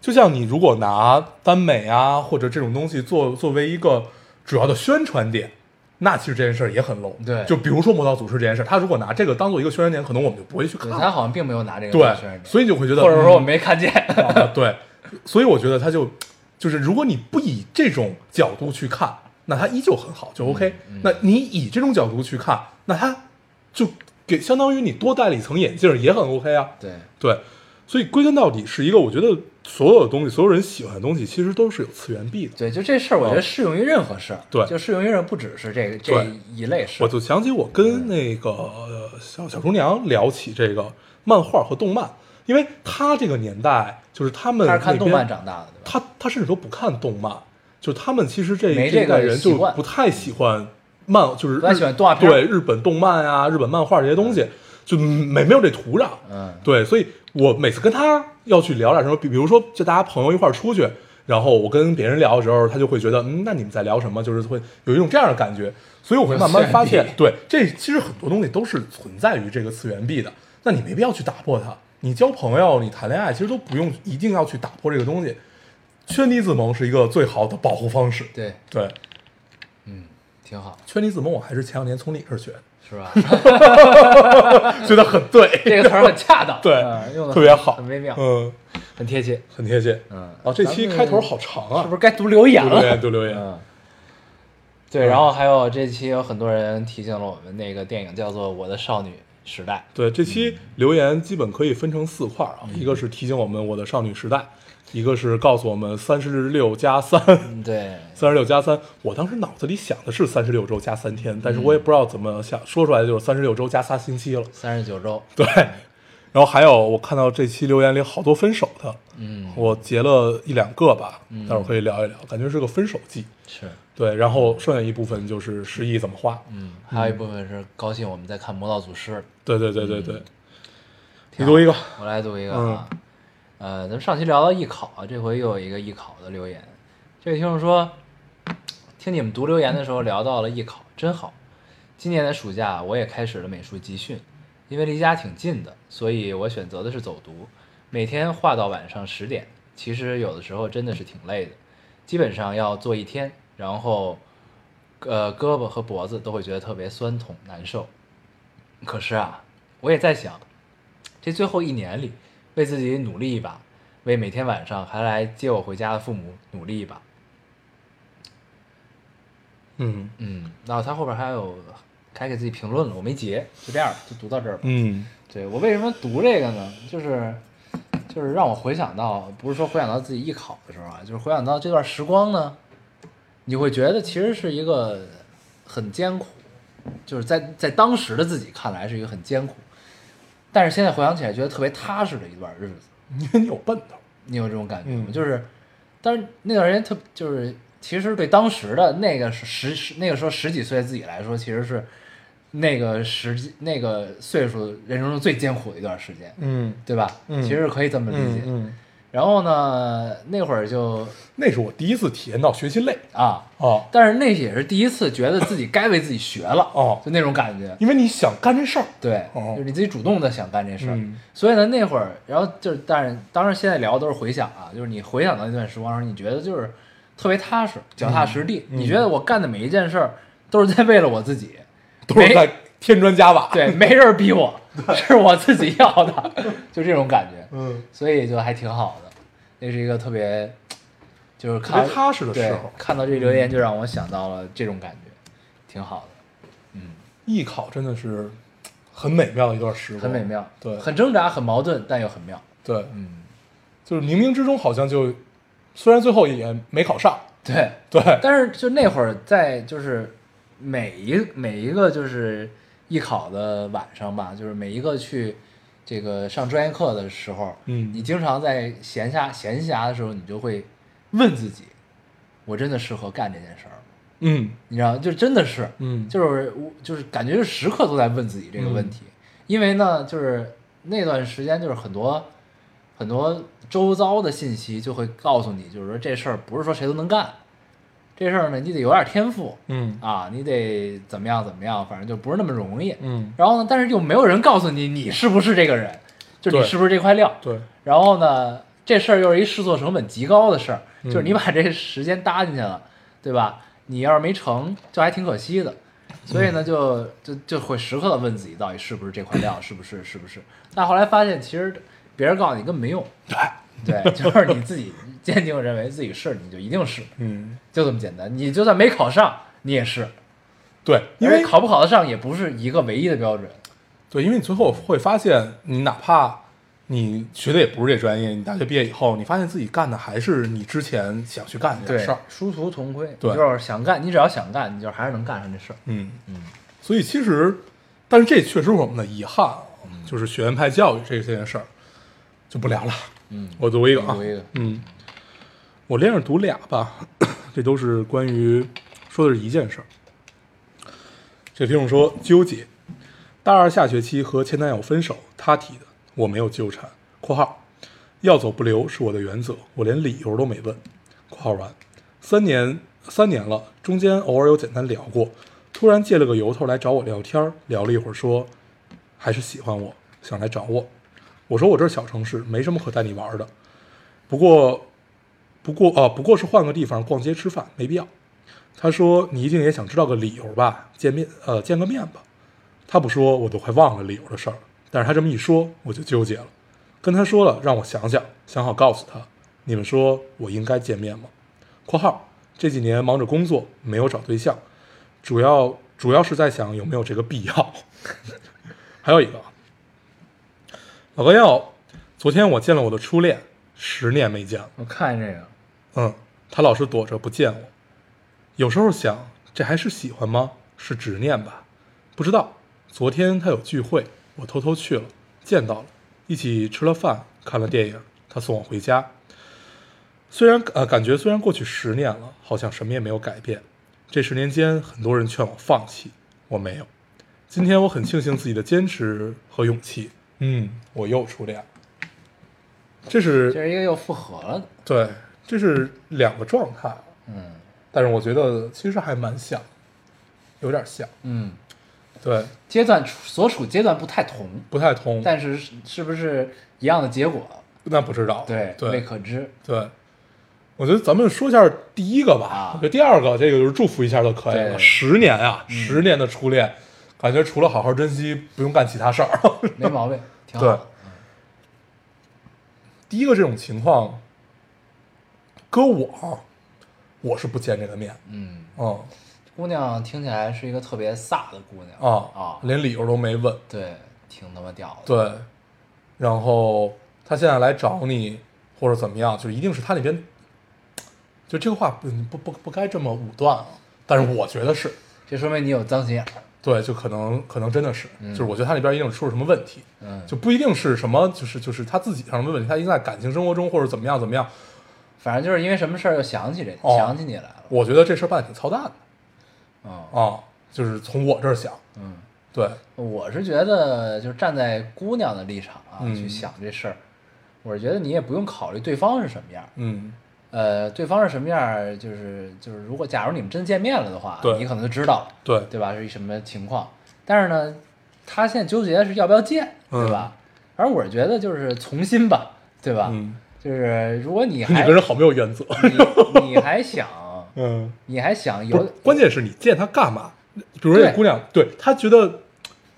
Speaker 2: 就像你如果拿耽美啊或者这种东西做作为一个主要的宣传点，那其实这件事儿也很 low。
Speaker 1: 对
Speaker 2: 就比如说《魔道祖师》这件事儿，他如果拿这个当做一个宣传点，可能我们就不会去
Speaker 1: 对，
Speaker 2: 看
Speaker 1: 他
Speaker 2: 了。
Speaker 1: 好像并没有拿这个
Speaker 2: 对
Speaker 1: 当宣传，点
Speaker 2: 所以你就会觉得，
Speaker 1: 或者说我
Speaker 2: 嗯
Speaker 1: 没看见。
Speaker 2: 啊对，所以我觉得他就就是，如果你不以这种角度去看，那他依旧很好，就 OK、那
Speaker 1: 嗯
Speaker 2: 你以这种角度去看，那他就给相当于你多戴了一层眼镜儿，也很 OK 啊。
Speaker 1: 对，
Speaker 2: 对，所以归根到底是一个，我觉得所有的东西，所有人喜欢的东西，其实都是有次元壁的。
Speaker 1: 对，就这事儿，我觉得适用于任何事儿。
Speaker 2: 哦对
Speaker 1: 就适用于任，不只是这个这
Speaker 2: 对
Speaker 1: 一类事
Speaker 2: 我
Speaker 1: 儿。
Speaker 2: 就想起我跟那个呃小小厨娘聊起这个漫画和动漫，因为他这个年代就是他们
Speaker 1: 他是看
Speaker 2: 那
Speaker 1: 动
Speaker 2: 边
Speaker 1: 漫长大的，对吧？
Speaker 2: 他他甚至都不看动漫，就他们其实这
Speaker 1: 没
Speaker 2: 这
Speaker 1: 这
Speaker 2: 一
Speaker 1: 个
Speaker 2: 代人就
Speaker 1: 习惯嗯
Speaker 2: 不太喜欢漫，就是
Speaker 1: 不太
Speaker 2: 日
Speaker 1: 喜欢动画片
Speaker 2: 对日本动漫啊、日本漫画这些东西，就没没有这土壤。
Speaker 1: 嗯
Speaker 2: 对，所以我每次跟他要去聊点什么，比比如说就大家朋友一块儿出去。然后我跟别人聊的时候，他就会觉得，嗯，那你们在聊什么？就是会有一种这样的感觉，所以我会慢慢发现
Speaker 1: 有次元，
Speaker 2: 对，这其实很多东西都是存在于这个次元壁的。那你没必要去打破它。你交朋友，你谈恋爱，其实都不用一定要去打破这个东西。圈地自萌是一个最好的保护方式。
Speaker 1: 对，
Speaker 2: 对，
Speaker 1: 嗯，挺好，
Speaker 2: 圈地自萌，我还是前两年从你这儿学，的，
Speaker 1: 是 吧？
Speaker 2: 觉得很 对，
Speaker 1: 这个词儿很恰当，
Speaker 2: 对
Speaker 1: 嗯用的
Speaker 2: 特别好，
Speaker 1: 很微妙，
Speaker 2: 嗯，
Speaker 1: 很贴切。
Speaker 2: 很贴切。
Speaker 1: 嗯，
Speaker 2: 哦，这期
Speaker 1: 咱们
Speaker 2: 开头好长啊，
Speaker 1: 是不是该读留言
Speaker 2: 读留
Speaker 1: 了？
Speaker 2: 言，读留言，
Speaker 1: 嗯，
Speaker 2: 嗯
Speaker 1: 对，然后还有这期有很多人提醒了我们，那个电影叫做《我的少女时代
Speaker 2: 对，这期留言基本可以分成四块儿啊，
Speaker 1: 嗯
Speaker 2: 一个是提醒我们我的少女时代，一个是告诉我们三十六加三，》。
Speaker 1: 嗯，对，
Speaker 2: 三十六加三，我当时脑子里想的是三十六周加三天，但是我也
Speaker 1: 嗯
Speaker 2: 不知道怎么想，说出来就是三十六周加仨星期了。
Speaker 1: 三十九周，
Speaker 2: 对，然后还有我看到这期留言里好多分手的，
Speaker 1: 嗯，
Speaker 2: 我截了一两个吧，待会儿可以聊一聊，感觉是个分手季。
Speaker 1: 是，
Speaker 2: 对，然后剩下一部分就是失忆怎么花。
Speaker 1: 嗯，还有一部分是高兴我们在看《魔道祖师》。
Speaker 2: 对对对对对，你
Speaker 1: 挺好
Speaker 2: 读一个，
Speaker 1: 我来嗯读一个啊，呃，咱们上期聊到艺考啊，这回又有一个艺考的留言。这位听众说，听你们读留言的时候聊到了艺考，真好。今年的暑假我也开始了美术集训，因为离家挺近的，所以我选择的是走读，每天画到晚上十点。其实有的时候真的是挺累的，基本上要做一天，然后呃胳膊和脖子都会觉得特别酸痛难受。可是啊，我也在想，这最后一年里，为自己努力一把，为每天晚上还来接我回家的父母努力一把。
Speaker 2: 嗯
Speaker 1: 嗯，那他后边还有还给自己评论了，我没截，就这样，就读到这儿吧。
Speaker 2: 嗯
Speaker 1: 对我为什么读这个呢？就是就是让我回想到，不是说回想到自己艺考的时候啊，就是回想到这段时光呢，你会觉得其实是一个很艰苦，就是在在当时的自己看来是一个很艰苦，但是现在回想起来觉得特别踏实的一段日子。
Speaker 2: 你有奔头，
Speaker 1: 你有这种感觉吗？
Speaker 2: 嗯
Speaker 1: 就是，但是那段时间特就是，其实对当时的那个十十那个时候十几岁的自己来说，其实是那个十几那个岁数人生中最艰苦的一段时间，
Speaker 2: 嗯
Speaker 1: 对吧？
Speaker 2: 嗯
Speaker 1: 其实可以这么理解。
Speaker 2: 嗯，
Speaker 1: 然后呢，那会儿就
Speaker 2: 那是我第一次体验到学习累
Speaker 1: 啊，
Speaker 2: 啊，
Speaker 1: 但是那也是第一次觉得自己该为自己学了，
Speaker 2: 哦
Speaker 1: 就那种感觉。
Speaker 2: 因为你想干这事儿，
Speaker 1: 对，
Speaker 2: 哦
Speaker 1: 就是你自己主动的想干这事儿。
Speaker 2: 嗯
Speaker 1: 所以呢，那会儿，然后就是，但是当然现在聊的都是回想啊，就是你回想到那段时光的时候，你觉得就是特别踏实，脚踏实
Speaker 2: 嗯
Speaker 1: 地。你觉得我干的每一件事儿都是在为了我自己，
Speaker 2: 都是
Speaker 1: 没
Speaker 2: 在添砖加瓦。，
Speaker 1: 对，没人逼我，是我自己要的，就这种感觉。
Speaker 2: 嗯，
Speaker 1: 所以就还挺好的，那是一个特别，就是
Speaker 2: 特别
Speaker 1: 看
Speaker 2: 踏实的时
Speaker 1: 对
Speaker 2: 候，嗯
Speaker 1: 看到这留言就让我想到了这种感觉，挺好的，
Speaker 2: 艺考真的是很美妙的一段时光，
Speaker 1: 很美妙，
Speaker 2: 对，
Speaker 1: 很挣扎，很矛盾，但又很妙。
Speaker 2: 对，
Speaker 1: 嗯，
Speaker 2: 就是冥冥之中好像就，虽然最后也没考上，
Speaker 1: 对，
Speaker 2: 对，
Speaker 1: 但是就那会儿在就是每一每一个就是艺考的晚上吧，就是每一个去这个上专业课的时候，
Speaker 2: 嗯
Speaker 1: 你经常在闲暇闲暇的时候，你就会问自己，我真的适合干这件事儿吗？
Speaker 2: 嗯
Speaker 1: 你知道，就真的是，
Speaker 2: 嗯
Speaker 1: 就是我就是感觉时刻都在问自己这个问题，
Speaker 2: 嗯
Speaker 1: 因为呢，就是那段时间就是很多很多周遭的信息就会告诉你，就是说这事儿不是说谁都能干，这事儿呢你得有点天赋
Speaker 2: 嗯
Speaker 1: 啊，你得怎么样怎么样，反正就不是那么容易。
Speaker 2: 嗯，
Speaker 1: 然后呢，但是又没有人告诉你你是不是这个人，就是你
Speaker 2: 对
Speaker 1: 是不是这块料。
Speaker 2: 对，
Speaker 1: 然后呢，这事儿又是一试错成本极高的事儿，
Speaker 2: 嗯
Speaker 1: 就是你把这时间搭进去了，对吧？你要是没成，就还挺可惜的。所以呢，就就就会时刻的问自己，到底是不是这块料，是不是是不是？但后来发现，其实别人告诉你根本没用，对， 就是你自己坚定地认为自己是，你就一定是，
Speaker 2: 嗯
Speaker 1: 就这么简单。你就算没考上，你也是，
Speaker 2: 对，哎因
Speaker 1: 而
Speaker 2: 为
Speaker 1: 且考不考得上也不是一个唯一的标准。
Speaker 2: 对，因为你最后会发现，你哪怕你学的也不是这专业，你大学毕业以后，你发现自己干的还是你之前想去干的那
Speaker 1: 对
Speaker 2: 件事儿，，
Speaker 1: 殊途同归。
Speaker 2: 对
Speaker 1: 你就是想干，你只要想干，你就还是能干上这事儿。
Speaker 2: 嗯
Speaker 1: 嗯，
Speaker 2: 所以其实，但是这确实是我们的遗憾啊，就是学院派教育这这件事儿就不聊了。
Speaker 1: 嗯，
Speaker 2: 我读一个啊，
Speaker 1: 读一个
Speaker 2: 嗯，我连着读俩吧， 这都是关于说的是一件事儿。这听众说纠结，大二下学期和前男友分手，他提的，我没有纠缠。（括号要走不留是我的原则，我连理由都没问。）（括号完）三年三年了，中间偶尔有简单聊过，突然借了个由头来找我聊天儿，聊了一会儿说还是喜欢我，想来找我。我说我这是小城市，没什么可带你玩儿的，不过不过啊，不过是换个地方逛街吃饭，没必要。他说你一定也想知道个理由吧，见面呃见个面吧。他不说我都快忘了理由的事儿，但是他这么一说我就纠结了，跟他说了让我想想，想好告诉他，你们说我应该见面吗？（括号这几年忙着工作，没有找对象，主要主要是在想有没有这个必要。 还有一个啊，老高要，昨天我见了我的初恋，十年没见了。
Speaker 1: 我看这个，
Speaker 2: 嗯，他老是躲着不见我。有时候想，这还是喜欢吗？是执念吧？不知道。昨天他有聚会，我偷偷去了，见到了，一起吃了饭，看了电影，他送我回家。虽然呃，感觉虽然过去十年了，好像什么也没有改变。这十年间，很多人劝我放弃，我没有。今天我很庆幸自己的坚持和勇气。嗯，我又初恋了。这是
Speaker 1: 这是一个又复合了的，
Speaker 2: 对，这是两个状态，
Speaker 1: 嗯
Speaker 2: 但是我觉得其实还蛮像，有点像，
Speaker 1: 嗯，
Speaker 2: 对，
Speaker 1: 阶段处所处阶段不太同，
Speaker 2: 不太通，
Speaker 1: 但是是是不是一样的结果？
Speaker 2: 那不知道，
Speaker 1: 对，未
Speaker 2: 对
Speaker 1: 可知。
Speaker 2: 对，我觉得咱们说一下第一个吧，
Speaker 1: 啊
Speaker 2: 我觉得第二个这个就是祝福一下就可以
Speaker 1: 对嗯
Speaker 2: 了。十年啊，十年的初恋，感觉除了好好珍惜，不用干其他事儿。
Speaker 1: 没毛病，挺好
Speaker 2: 对
Speaker 1: 的。，
Speaker 2: 第一个这种情况，搁我，我是不见这个面。
Speaker 1: 嗯，
Speaker 2: 嗯
Speaker 1: 姑娘听起来是一个特别飒的姑娘
Speaker 2: 啊
Speaker 1: 啊，
Speaker 2: 连理由都没问。
Speaker 1: 对，挺他妈屌的。
Speaker 2: 对，然后他现在来找你或者怎么样，就一定是他那边，就这个话不不不不该这么武断啊。但是我觉得是，
Speaker 1: 这说明你有脏心眼儿。
Speaker 2: 对，就可能可能真的是，
Speaker 1: 嗯
Speaker 2: 就是我觉得他那边一定出了什么问题，
Speaker 1: 嗯，
Speaker 2: 就不一定是什么，就是就是他自己上的问题，他一定在感情生活中或者怎么样怎么样。
Speaker 1: 反正就是因为什么事儿又想起这，
Speaker 2: 哦
Speaker 1: 想起你来了。
Speaker 2: 我觉得这事儿办的挺操蛋的
Speaker 1: 嗯
Speaker 2: 啊，就是从我这儿想，
Speaker 1: 嗯，
Speaker 2: 对，
Speaker 1: 我是觉得，就站在姑娘的立场啊、
Speaker 2: 嗯
Speaker 1: 去想这事儿，我是觉得你也不用考虑对方是什么样儿。
Speaker 2: 嗯，
Speaker 1: 呃，对方是什么样儿，就是就是，如果假如你们真见面了的话，
Speaker 2: 对
Speaker 1: 你可能就知道了，
Speaker 2: 对，
Speaker 1: 对吧？是一什么情况？但是呢，他现在纠结的是要不要见，
Speaker 2: 嗯
Speaker 1: 对吧？而我是觉得就是从心吧，对吧？
Speaker 2: 嗯，
Speaker 1: 就是如果你
Speaker 2: 你
Speaker 1: 还
Speaker 2: 跟人好没有原则，
Speaker 1: 你你还想
Speaker 2: 嗯，
Speaker 1: 你还想
Speaker 2: 不
Speaker 1: 有
Speaker 2: 是，关键是你见他干嘛？比如说这
Speaker 1: 对
Speaker 2: 姑娘，对她觉得，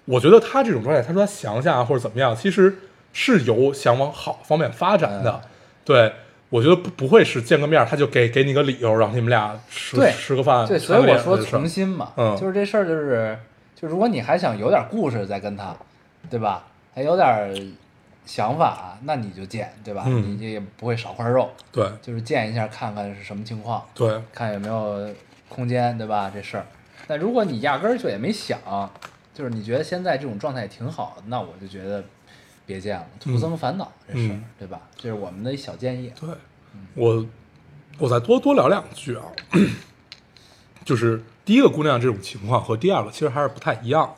Speaker 2: 我觉得她这种状态，她说她想想啊或者怎么样，其实是有想往好方面发展
Speaker 1: 嗯
Speaker 2: 的。对，我觉得不不会是见个面儿，她就给给你个理由，让你们俩吃
Speaker 1: 对
Speaker 2: 吃个饭。
Speaker 1: 对，
Speaker 2: 看
Speaker 1: 所以我
Speaker 2: 个电
Speaker 1: 说
Speaker 2: 影嗯的事儿
Speaker 1: 从心嘛，
Speaker 2: 嗯
Speaker 1: 就是这事儿就是，就如果你还想有点故事再跟他，对吧？还有点想法，那你就见，对吧？
Speaker 2: 嗯
Speaker 1: 你这也不会少块肉，
Speaker 2: 对
Speaker 1: 就是见一下看看是什么情况，
Speaker 2: 对，
Speaker 1: 看有没有空间，对吧？这事儿。那如果你压根儿就也没想，就是你觉得现在这种状态挺好的，那我就觉得别见了，徒增烦恼、这事儿
Speaker 2: 嗯，
Speaker 1: 对吧？这是我们的一小建议。
Speaker 2: 对，我我再多多聊两句啊， 就是第一个姑娘这种情况和第二个其实还是不太一样，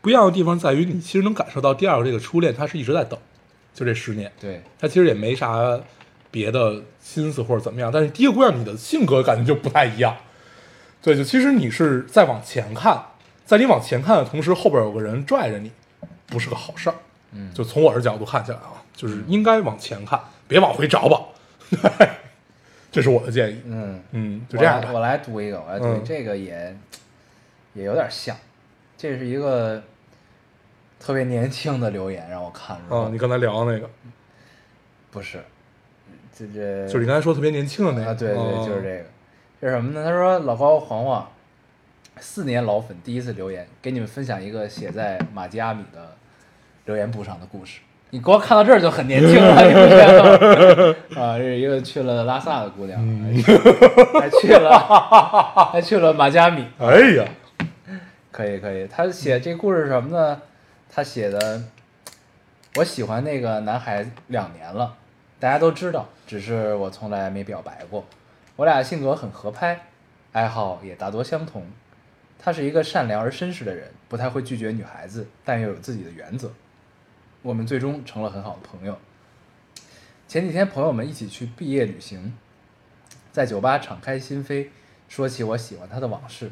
Speaker 2: 不一样的地方在于你其实能感受到第二个这个初恋她是一直在等，就这十年，
Speaker 1: 对，
Speaker 2: 她其实也没啥别的心思或者怎么样，但是第一个姑娘你的性格感觉就不太一样，对，就其实你是在往前看，在你往前看的同时，后边有个人拽着你，不是个好事儿。
Speaker 1: 嗯，
Speaker 2: 就从我这角度看起来啊，就是应该往前看，别往回找吧。 对，这是我的建议。
Speaker 1: 嗯。
Speaker 2: 嗯，就
Speaker 1: 我
Speaker 2: 这样
Speaker 1: 来
Speaker 2: 吧。
Speaker 1: 我来读一个，我来读一个
Speaker 2: 嗯
Speaker 1: 这个也也有点像，这是一个特别年轻的留言，让我看了。
Speaker 2: 啊，你刚才聊的那个，
Speaker 1: 不是，这这
Speaker 2: 就是你刚才说特别年轻的那个。
Speaker 1: 啊，对对，
Speaker 2: 嗯
Speaker 1: 就是。这个，这是什么呢？他说老高黄黄，四年老粉第一次留言，给你们分享一个写在马基阿米的留言簿上的故事。你光看到这儿就很年轻了， 你不觉得吗？ 啊，这是一个去了拉萨的姑娘，
Speaker 2: 嗯
Speaker 1: 还去了还去了马加米，
Speaker 2: 哎呀，
Speaker 1: 可以可以，他写这故事是什么呢？他写的，我喜欢那个男孩两年了，大家都知道，只是我从来没表白过。我俩性格很合拍，爱好也大多相同。他是一个善良而绅士的人，不太会拒绝女孩子，但又有自己的原则。我们最终成了很好的朋友。前几天朋友们一起去毕业旅行，在酒吧敞开心扉，说起我喜欢他的往事。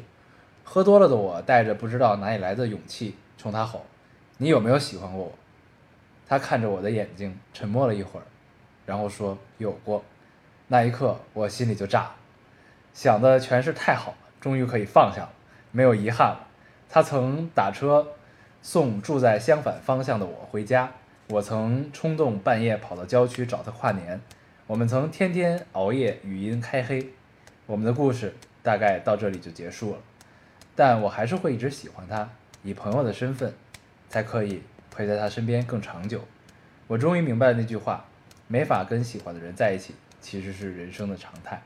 Speaker 1: 喝多了的我带着不知道哪里来的勇气冲他吼：“你有没有喜欢过我？”他看着我的眼睛，沉默了一会儿，然后说：“有过。”那一刻，我心里就炸了，想的全是太好了，终于可以放下了，没有遗憾了。他曾打车送住在相反方向的我回家，我曾冲动半夜跑到郊区找他跨年，我们曾天天熬夜，语音开黑。我们的故事大概到这里就结束了。但我还是会一直喜欢他，以朋友的身份，才可以陪在他身边更长久。我终于明白了那句话：没法跟喜欢的人在一起，其实是人生的常态。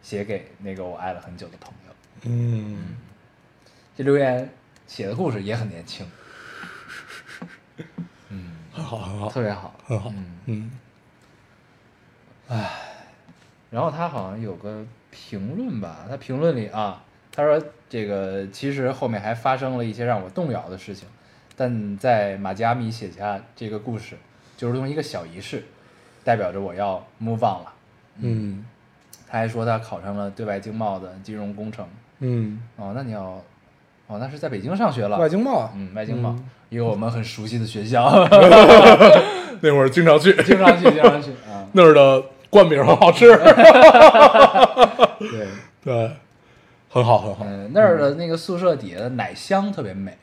Speaker 1: 写给那个我爱了很久的朋友。
Speaker 2: 嗯，
Speaker 1: 这留言写的故事也很年轻，
Speaker 2: 很好，很好，
Speaker 1: 特别好。
Speaker 2: 很好。嗯，
Speaker 1: 然后他好像有个评论吧，他评论里啊，他说这个其实后面还发生了一些让我动摇的事情，但在马加米写下这个故事，就如同一个小仪式，代表着我要 move on 了。
Speaker 2: 嗯，
Speaker 1: 他还说他考上了对外经贸的金融工程，
Speaker 2: 嗯，
Speaker 1: 哦，那你要，哦，那是在北京上学了，
Speaker 2: 外经贸啊，
Speaker 1: 嗯，外经贸，一个我们很熟悉的学校， 嗯
Speaker 2: 那会儿经常去
Speaker 1: 经常去，经常去啊，
Speaker 2: 那儿的灌饼很好吃，
Speaker 1: 对，
Speaker 2: 对，很好很好，
Speaker 1: 嗯，那儿的那个宿舍底下的奶箱特别美，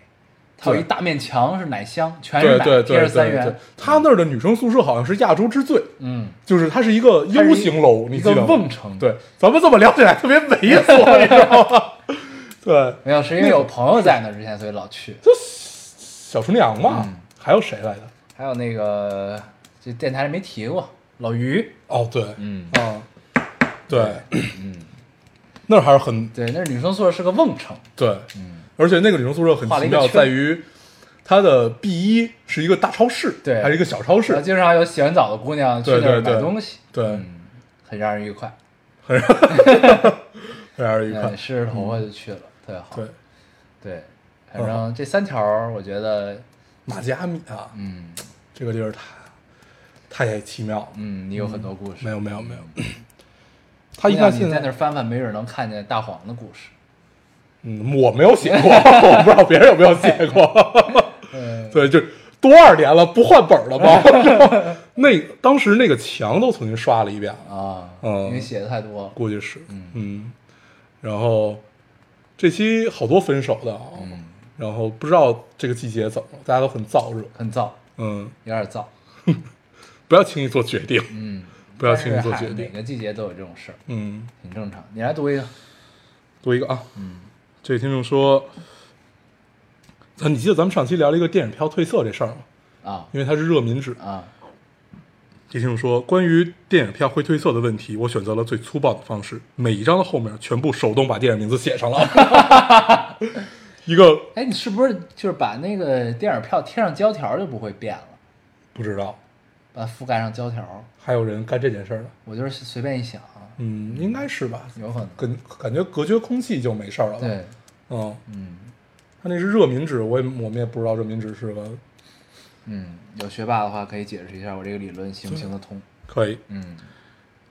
Speaker 1: 它有一
Speaker 2: 对
Speaker 1: 大面墙是奶箱，全是
Speaker 2: 对
Speaker 1: 奶，
Speaker 2: 对
Speaker 1: 贴
Speaker 2: 对
Speaker 1: 着三
Speaker 2: 对对
Speaker 1: 元，，
Speaker 2: 他那儿的女生宿舍好像是亚洲之最，
Speaker 1: 嗯，
Speaker 2: 就是它是一个
Speaker 1: 它是一
Speaker 2: U 型楼，你
Speaker 1: 一
Speaker 2: 记
Speaker 1: 个
Speaker 2: 得吗
Speaker 1: 瓮城，，
Speaker 2: 对，咱们这么聊起来特别猥琐，你知道 吗？对，
Speaker 1: 没有是因为有朋友在那儿之前，所以老去。
Speaker 2: 就小厨娘嘛，
Speaker 1: 嗯
Speaker 2: 还有谁来着？
Speaker 1: 还有那个这电台里没提过老于，
Speaker 2: 哦，对，
Speaker 1: 嗯，
Speaker 2: 啊，对，嗯，那儿还是很
Speaker 1: 对，那是女生宿舍是个瓮城，
Speaker 2: 对，
Speaker 1: 嗯
Speaker 2: 而且那个女生宿舍很
Speaker 1: 画了
Speaker 2: 奇
Speaker 1: 一个
Speaker 2: 妙，
Speaker 1: 圈
Speaker 2: 在于它的 B 一是一个大超市，
Speaker 1: 对
Speaker 2: 还是一个小超
Speaker 1: 然后
Speaker 2: 市，
Speaker 1: 经常有洗完澡的姑娘去
Speaker 2: 对
Speaker 1: 那儿
Speaker 2: 对
Speaker 1: 买
Speaker 2: 对，
Speaker 1: 东西，
Speaker 2: 对，
Speaker 1: 嗯，很让人愉快。
Speaker 2: 非常愉
Speaker 1: 嗯，
Speaker 2: 快，
Speaker 1: 湿着头发就去了，特别好。
Speaker 2: 对，嗯
Speaker 1: 对，反正这三条儿我觉得，
Speaker 2: 马加米啊，
Speaker 1: 嗯
Speaker 2: 这个地儿太太奇妙了，
Speaker 1: 嗯，你有很多故事
Speaker 2: 没。有没有没有，
Speaker 1: 姑
Speaker 2: 他应
Speaker 1: 娘
Speaker 2: 该
Speaker 1: 你
Speaker 2: 现
Speaker 1: 嗯在那儿翻翻，没准能看见大黄的故事。
Speaker 2: 嗯，我没有写过， 我不知道别人有没有写过。
Speaker 1: 嗯，
Speaker 2: 对，就多少年了，不换本儿了吗？ 那当时那个墙都重新刷了一遍了，
Speaker 1: 啊，
Speaker 2: 嗯
Speaker 1: 因为写的太多了。
Speaker 2: 估计是，嗯。然后这期好多分手的啊，
Speaker 1: 嗯，
Speaker 2: 然后不知道这个季节怎么了，大家都很燥热，
Speaker 1: 很燥，
Speaker 2: 嗯，
Speaker 1: 有点燥。
Speaker 2: 不要轻易做决定，
Speaker 1: 嗯，
Speaker 2: 不要轻易做
Speaker 1: 但是
Speaker 2: 决
Speaker 1: 嗨每
Speaker 2: 定，
Speaker 1: 个季节都有这种事儿，
Speaker 2: 嗯。
Speaker 1: 挺正常。你来读一个，
Speaker 2: 读一个啊，嗯，这位听众说，啊，你记得咱们上期聊了一个电影票褪色这事儿吗？
Speaker 1: 啊
Speaker 2: 因为它是热敏纸，
Speaker 1: 啊，
Speaker 2: 也听众说，关于电影票会褪色的问题，我选择了最粗暴的方式，每一张的后面全部手动把电影名字写上了， 一个
Speaker 1: 哎，你是不是就是把那个电影票贴上胶条就不会变了？
Speaker 2: 不知道，
Speaker 1: 把它覆盖上胶条，
Speaker 2: 还有人干这件事儿呢，
Speaker 1: 我就是随便一想，
Speaker 2: 嗯，应该是吧，
Speaker 1: 有可能。
Speaker 2: 感感觉隔绝空气就没事儿了，，
Speaker 1: 对，
Speaker 2: 嗯，
Speaker 1: 嗯
Speaker 2: 他那是热敏纸，我也我们也不知道热敏纸是个
Speaker 1: 嗯，有学霸的话可以解释一下我这个理论行不行得通。
Speaker 2: 可以，
Speaker 1: 嗯，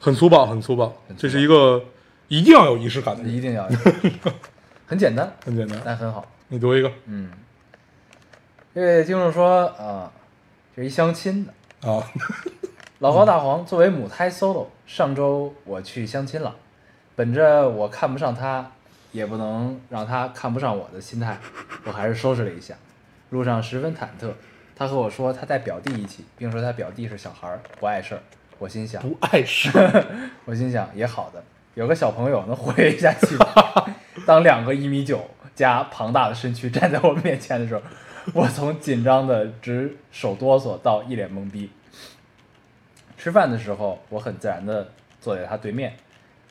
Speaker 2: 很粗暴，很粗暴，
Speaker 1: 很粗暴
Speaker 2: 这是一个一定要有仪式感的人
Speaker 1: 一，定要有， 很简单，
Speaker 2: 很简单。
Speaker 1: 但很好。
Speaker 2: 你读一个
Speaker 1: 嗯，这位听众说啊，这是一相亲的，
Speaker 2: 啊，
Speaker 1: 老高大黄作为母胎 solo，上周我去相亲了，本着我看不上他，也不能让他看不上我的心态，我还是收拾了一下。路上十分忐忑，他和我说他带表弟一起，并说他表弟是小孩儿，不碍事儿。我心想，
Speaker 2: 不碍事，
Speaker 1: 我心想也好的，有个小朋友能活跃一下气氛。当两个一米九加庞大的身躯站在我面前的时候，我从紧张的直手哆嗦到一脸懵逼。吃饭的时候，我很自然的坐在他对面。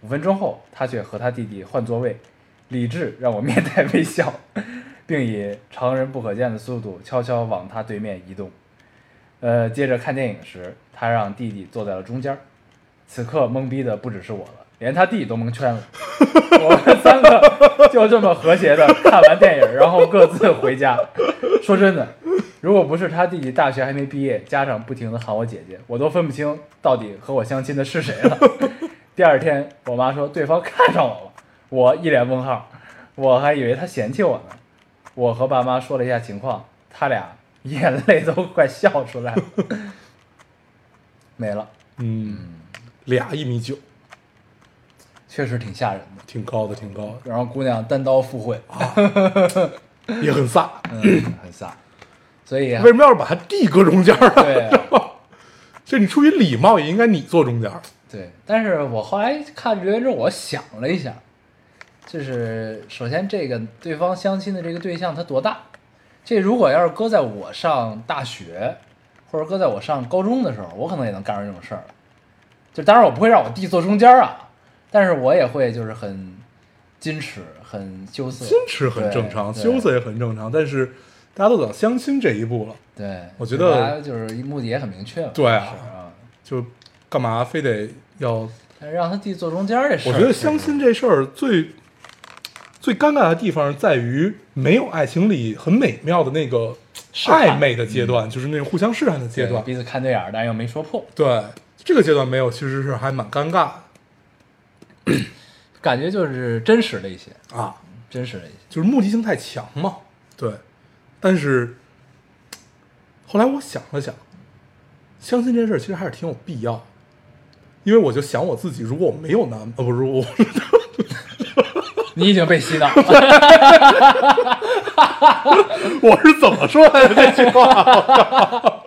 Speaker 1: 五分钟后，他却和他弟弟换座位，理智让我面带微笑， 并以常人不可见的速度悄悄往他对面移动。呃，接着看电影时，他让弟弟坐在了中间儿。此刻懵逼的不只是我了，连他弟都蒙圈了。我们三个就这么和谐的看完电影，然后各自回家。说真的，如果不是他弟弟大学还没毕业，家长不停的喊我姐姐，我都分不清到底和我相亲的是谁了。 第二天，我妈说对方看上我了，我一脸问号，我还以为他嫌弃我呢。我和爸妈说了一下情况，他俩眼泪都快笑出来了。 没了，
Speaker 2: 嗯，俩一米九，
Speaker 1: 确实挺吓人的。
Speaker 2: 挺高的，挺高
Speaker 1: 然后姑娘单刀赴会，
Speaker 2: 的， 也啊 很飒。
Speaker 1: 嗯，很飒，所以
Speaker 2: 为什么要把它递搁中间啊？
Speaker 1: 对
Speaker 2: 就你出于礼貌，也应该你坐中间。
Speaker 1: 对，但是我后来看留言之后，我想了一下，就是首先这个对方相亲的这个对象他多大？这如果要是搁在我上大学，或者搁在我上高中的时候，我可能也能干出这种事儿来。就当然我不会让我弟坐中间啊，但是我也会就是很矜持、很羞涩，
Speaker 2: 矜持很正常，
Speaker 1: 对
Speaker 2: 羞涩也很正常，但是大家都走到相亲这一步了，
Speaker 1: 对，
Speaker 2: 我觉得
Speaker 1: 大家就是目的也很明确嘛，
Speaker 2: 对啊
Speaker 1: 是啊，
Speaker 2: 就干嘛非得要？
Speaker 1: 但是让他弟坐中间儿这事
Speaker 2: 我
Speaker 1: 儿，
Speaker 2: 觉得相亲这事儿最最尴尬的地方在于，没有爱情里很美妙的那个
Speaker 1: 探
Speaker 2: 暧昧的阶段，就是那种互相试探的阶段
Speaker 1: 对。彼此看对眼儿，但又没说破，
Speaker 2: 对，这个阶段没有，其实是还蛮尴尬
Speaker 1: 感觉就是真实了一些，
Speaker 2: 的啊。
Speaker 1: 真实了一些。
Speaker 2: 就是目的性太强嘛。对，但是后来我想了想，相亲这件事儿其实还是挺有必要的。因为我就想我自己，如果我没有男，呃，不是我，
Speaker 1: 你已经被洗脑了，
Speaker 2: 我是怎么说来的这句话？我靠！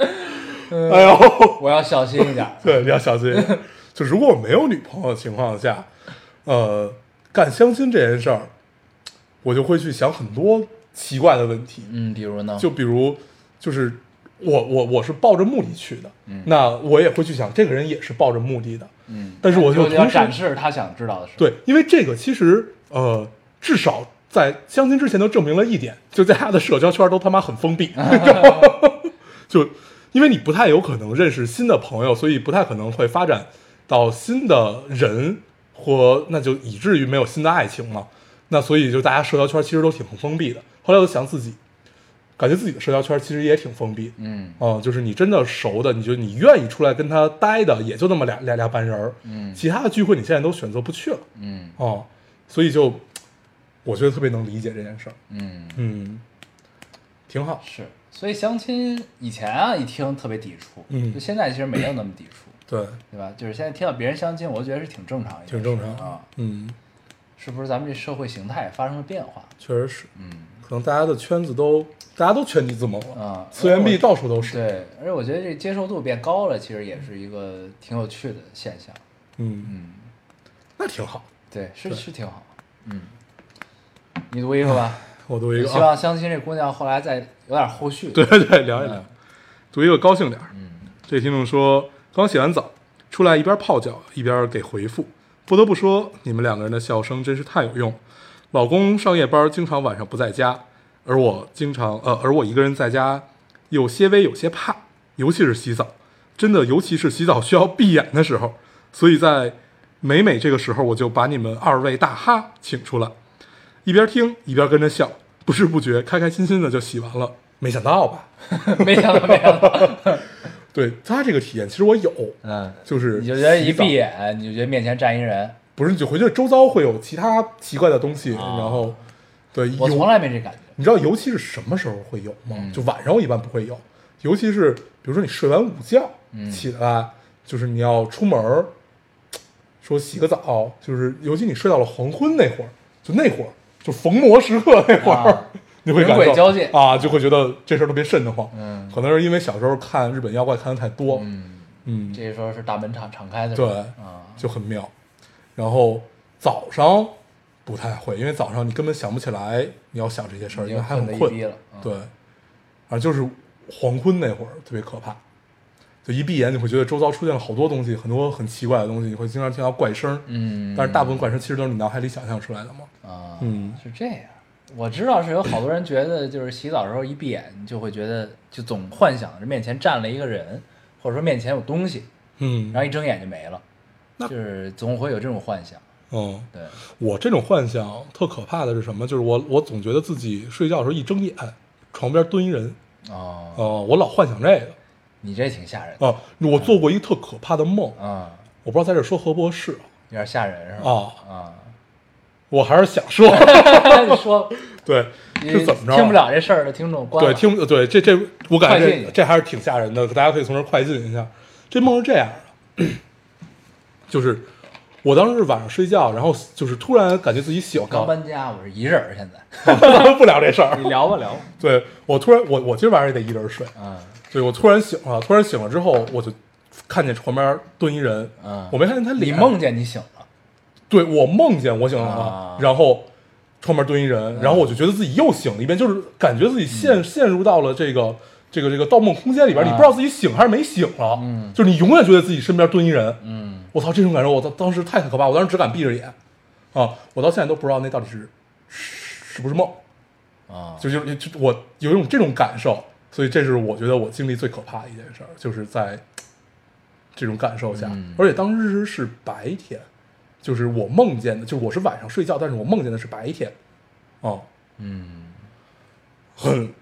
Speaker 2: 哎呦，
Speaker 1: 我要小心一点。
Speaker 2: 对，你要小心。就如果我没有女朋友的情况下，呃，干相亲这件事儿，我就会去想很多奇怪的问题。
Speaker 1: 嗯，比如呢？
Speaker 2: 就比如，就是我我我是抱着目的去的，那我也会去想，这个人也是抱着目的的。
Speaker 1: 嗯，
Speaker 2: 但是我就
Speaker 1: 就要
Speaker 2: 同时
Speaker 1: 展示他想知道的事。，
Speaker 2: 对，因为这个其实呃，至少在相亲之前都证明了一点，就在他的社交圈都他妈 很封闭，就因为你不太有可能认识新的朋友，所以不太可能会发展到新的人，或那就以至于没有新的爱情嘛。那所以就大家社交圈其实都挺封闭的。后来我就想自己，感觉自己的社交圈其实也挺封闭，
Speaker 1: 嗯
Speaker 2: 哦、就是你真的熟的，你就你愿意出来跟他待的，也就那么俩俩俩班人儿，
Speaker 1: 嗯
Speaker 2: 其他的聚会你现在都选择不去了，
Speaker 1: 嗯
Speaker 2: 哦，所以就我觉得特别能理解这件事儿，
Speaker 1: 嗯，
Speaker 2: 嗯，挺好，
Speaker 1: 是。所以相亲以前啊，一听特别抵触，
Speaker 2: 嗯
Speaker 1: 就现在其实没有那么抵触，
Speaker 2: 对，
Speaker 1: 对吧？就是现在听到别人相亲，我就觉得是挺正常一件事，
Speaker 2: 挺正常
Speaker 1: 啊。
Speaker 2: 嗯，
Speaker 1: 是不是咱们这社会形态发生了变化？
Speaker 2: 确实是，
Speaker 1: 嗯
Speaker 2: 可能大家的圈子都大家都圈地自萌了，
Speaker 1: 啊，
Speaker 2: 次元壁
Speaker 1: 到
Speaker 2: 到处都是，
Speaker 1: 对，而且我觉得这接受度变高了，其实也是一个挺有趣的现象。
Speaker 2: 嗯，
Speaker 1: 嗯，
Speaker 2: 那挺好。
Speaker 1: 对，是
Speaker 2: 对
Speaker 1: 是挺好。嗯，你读一个吧。
Speaker 2: 我读一个，
Speaker 1: 希
Speaker 2: 啊、
Speaker 1: 望相亲这姑娘后来再有点后续。
Speaker 2: 对，对，聊一聊，读一个高兴点儿。
Speaker 1: 嗯
Speaker 2: 这听众说，刚洗完澡出来，一边泡脚一边给回复。不得不说，你们两个人的笑声真是太有用。老公上夜班，经常晚上不在家，而我经常呃，而我一个人在家又些微有些怕，尤其是洗澡，真的，尤其是洗澡需要闭眼的时候。所以在每每这个时候，我就把你们二位大哈请出来，一边听一边跟着笑，不知不觉开开心心的就洗完了。没想到吧？
Speaker 1: 没想到，没想 到。
Speaker 2: 对他这个体验，其实我有，
Speaker 1: 嗯，
Speaker 2: 就是
Speaker 1: 你就觉得一
Speaker 2: 洗澡
Speaker 1: 闭眼，你就觉得面前站一人。
Speaker 2: 不是，你就回去周遭会有其他奇怪的东西，然后对，
Speaker 1: 啊我
Speaker 2: 有
Speaker 1: 从嗯来没这感觉。
Speaker 2: 你知道，尤其是什么时候会有吗？就晚上我一般不会有，尤其是比如说你睡完午觉、
Speaker 1: 嗯
Speaker 2: 起来，就是你要出门儿，说洗个澡，就是尤其你睡到了黄昏那会儿，就那会儿就逢魔时刻那会儿，
Speaker 1: 啊
Speaker 2: 你会感
Speaker 1: 人鬼
Speaker 2: 到
Speaker 1: 交界
Speaker 2: 啊，就会觉得这事儿特别瘆得慌。
Speaker 1: 嗯
Speaker 2: 可能是因为小时候看日本妖怪看的太多，
Speaker 1: 嗯，
Speaker 2: 嗯
Speaker 1: 这时候是大门敞敞开的时候。
Speaker 2: 对，
Speaker 1: 啊，
Speaker 2: 就很妙。然后早上不太会，因为早上你根本想不起来你要想这些事儿，
Speaker 1: 已
Speaker 2: 因
Speaker 1: 经
Speaker 2: 为还很
Speaker 1: 困
Speaker 2: 困
Speaker 1: 得一逼了嗯。
Speaker 2: 对，啊，就是黄昏那会儿特别可怕，就一闭眼你会觉得周遭出现了好多东西，很多很奇怪的东西，你会经常听到怪声。
Speaker 1: 嗯，
Speaker 2: 但是大部分怪声其实都是你脑海里想象出来的嘛。
Speaker 1: 啊，
Speaker 2: 嗯
Speaker 1: 是这样。我知道是有好多人觉得，就是洗澡的时候一闭眼，你就会觉得就总幻想着面前站了一个人，或者说面前有东西，
Speaker 2: 嗯
Speaker 1: 然后一睁眼就没了，就是总会有这种幻想。
Speaker 2: 嗯，
Speaker 1: 对，
Speaker 2: 我这种幻想特可怕的是什么？就是我我总觉得自己睡觉的时候一睁眼，床边蹲一人。
Speaker 1: 哦，
Speaker 2: 哦、我老幻想这个。
Speaker 1: 你这挺吓人的
Speaker 2: 啊，我做过一个特可怕的梦，
Speaker 1: 啊，
Speaker 2: 我不知道在这说合不合适
Speaker 1: 有点吓人是吧？
Speaker 2: 啊，
Speaker 1: 啊，
Speaker 2: 我还是想 说，
Speaker 1: 你说
Speaker 2: 对， 是怎么着？啊
Speaker 1: 听不，了这事儿的听众关了
Speaker 2: 对，听不对，这这我
Speaker 1: 快
Speaker 2: 感觉
Speaker 1: 进一
Speaker 2: 这
Speaker 1: 下
Speaker 2: 这还是挺吓人的，大家可以从这儿快进一下。这梦是这样的， 就是我当时是晚上睡觉，然后就是突然感觉自己醒
Speaker 1: 我 刚
Speaker 2: 了，
Speaker 1: 搬家，我是一人儿，现在
Speaker 2: 不聊这事儿
Speaker 1: 你。聊吧聊吧。
Speaker 2: 对我突然，我我今儿晚上也得一人睡，
Speaker 1: 嗯
Speaker 2: 对我突然醒了，突然醒了之后，我就看见床边蹲一人，
Speaker 1: 嗯，
Speaker 2: 我没看见他
Speaker 1: 你
Speaker 2: 脸，
Speaker 1: 梦见你醒了，
Speaker 2: 对我梦见我醒了，
Speaker 1: 啊嗯
Speaker 2: 然后窗边蹲一人，然后我就觉得自己又醒了一遍，就是感觉自己陷、陷入到了这个这个这个《盗梦空间》里边，
Speaker 1: 啊
Speaker 2: 你不知道自己醒还是没醒了，
Speaker 1: 嗯
Speaker 2: 就是你永远觉得自己身边蹲一人，
Speaker 1: 嗯，
Speaker 2: 我操，这种感受，我当当时太可怕，我当时只敢闭着眼，啊，我到现在都不知道那到底是是是不是梦，
Speaker 1: 啊，
Speaker 2: 就就就我有一种这种感受，所以这是我觉得我经历最可怕的一件事儿，就是在这种感受下，
Speaker 1: 嗯
Speaker 2: 而且当时是白天，就是我梦见的，就是我是晚上睡觉，但是我梦见的是白天，哦、
Speaker 1: 嗯，
Speaker 2: 很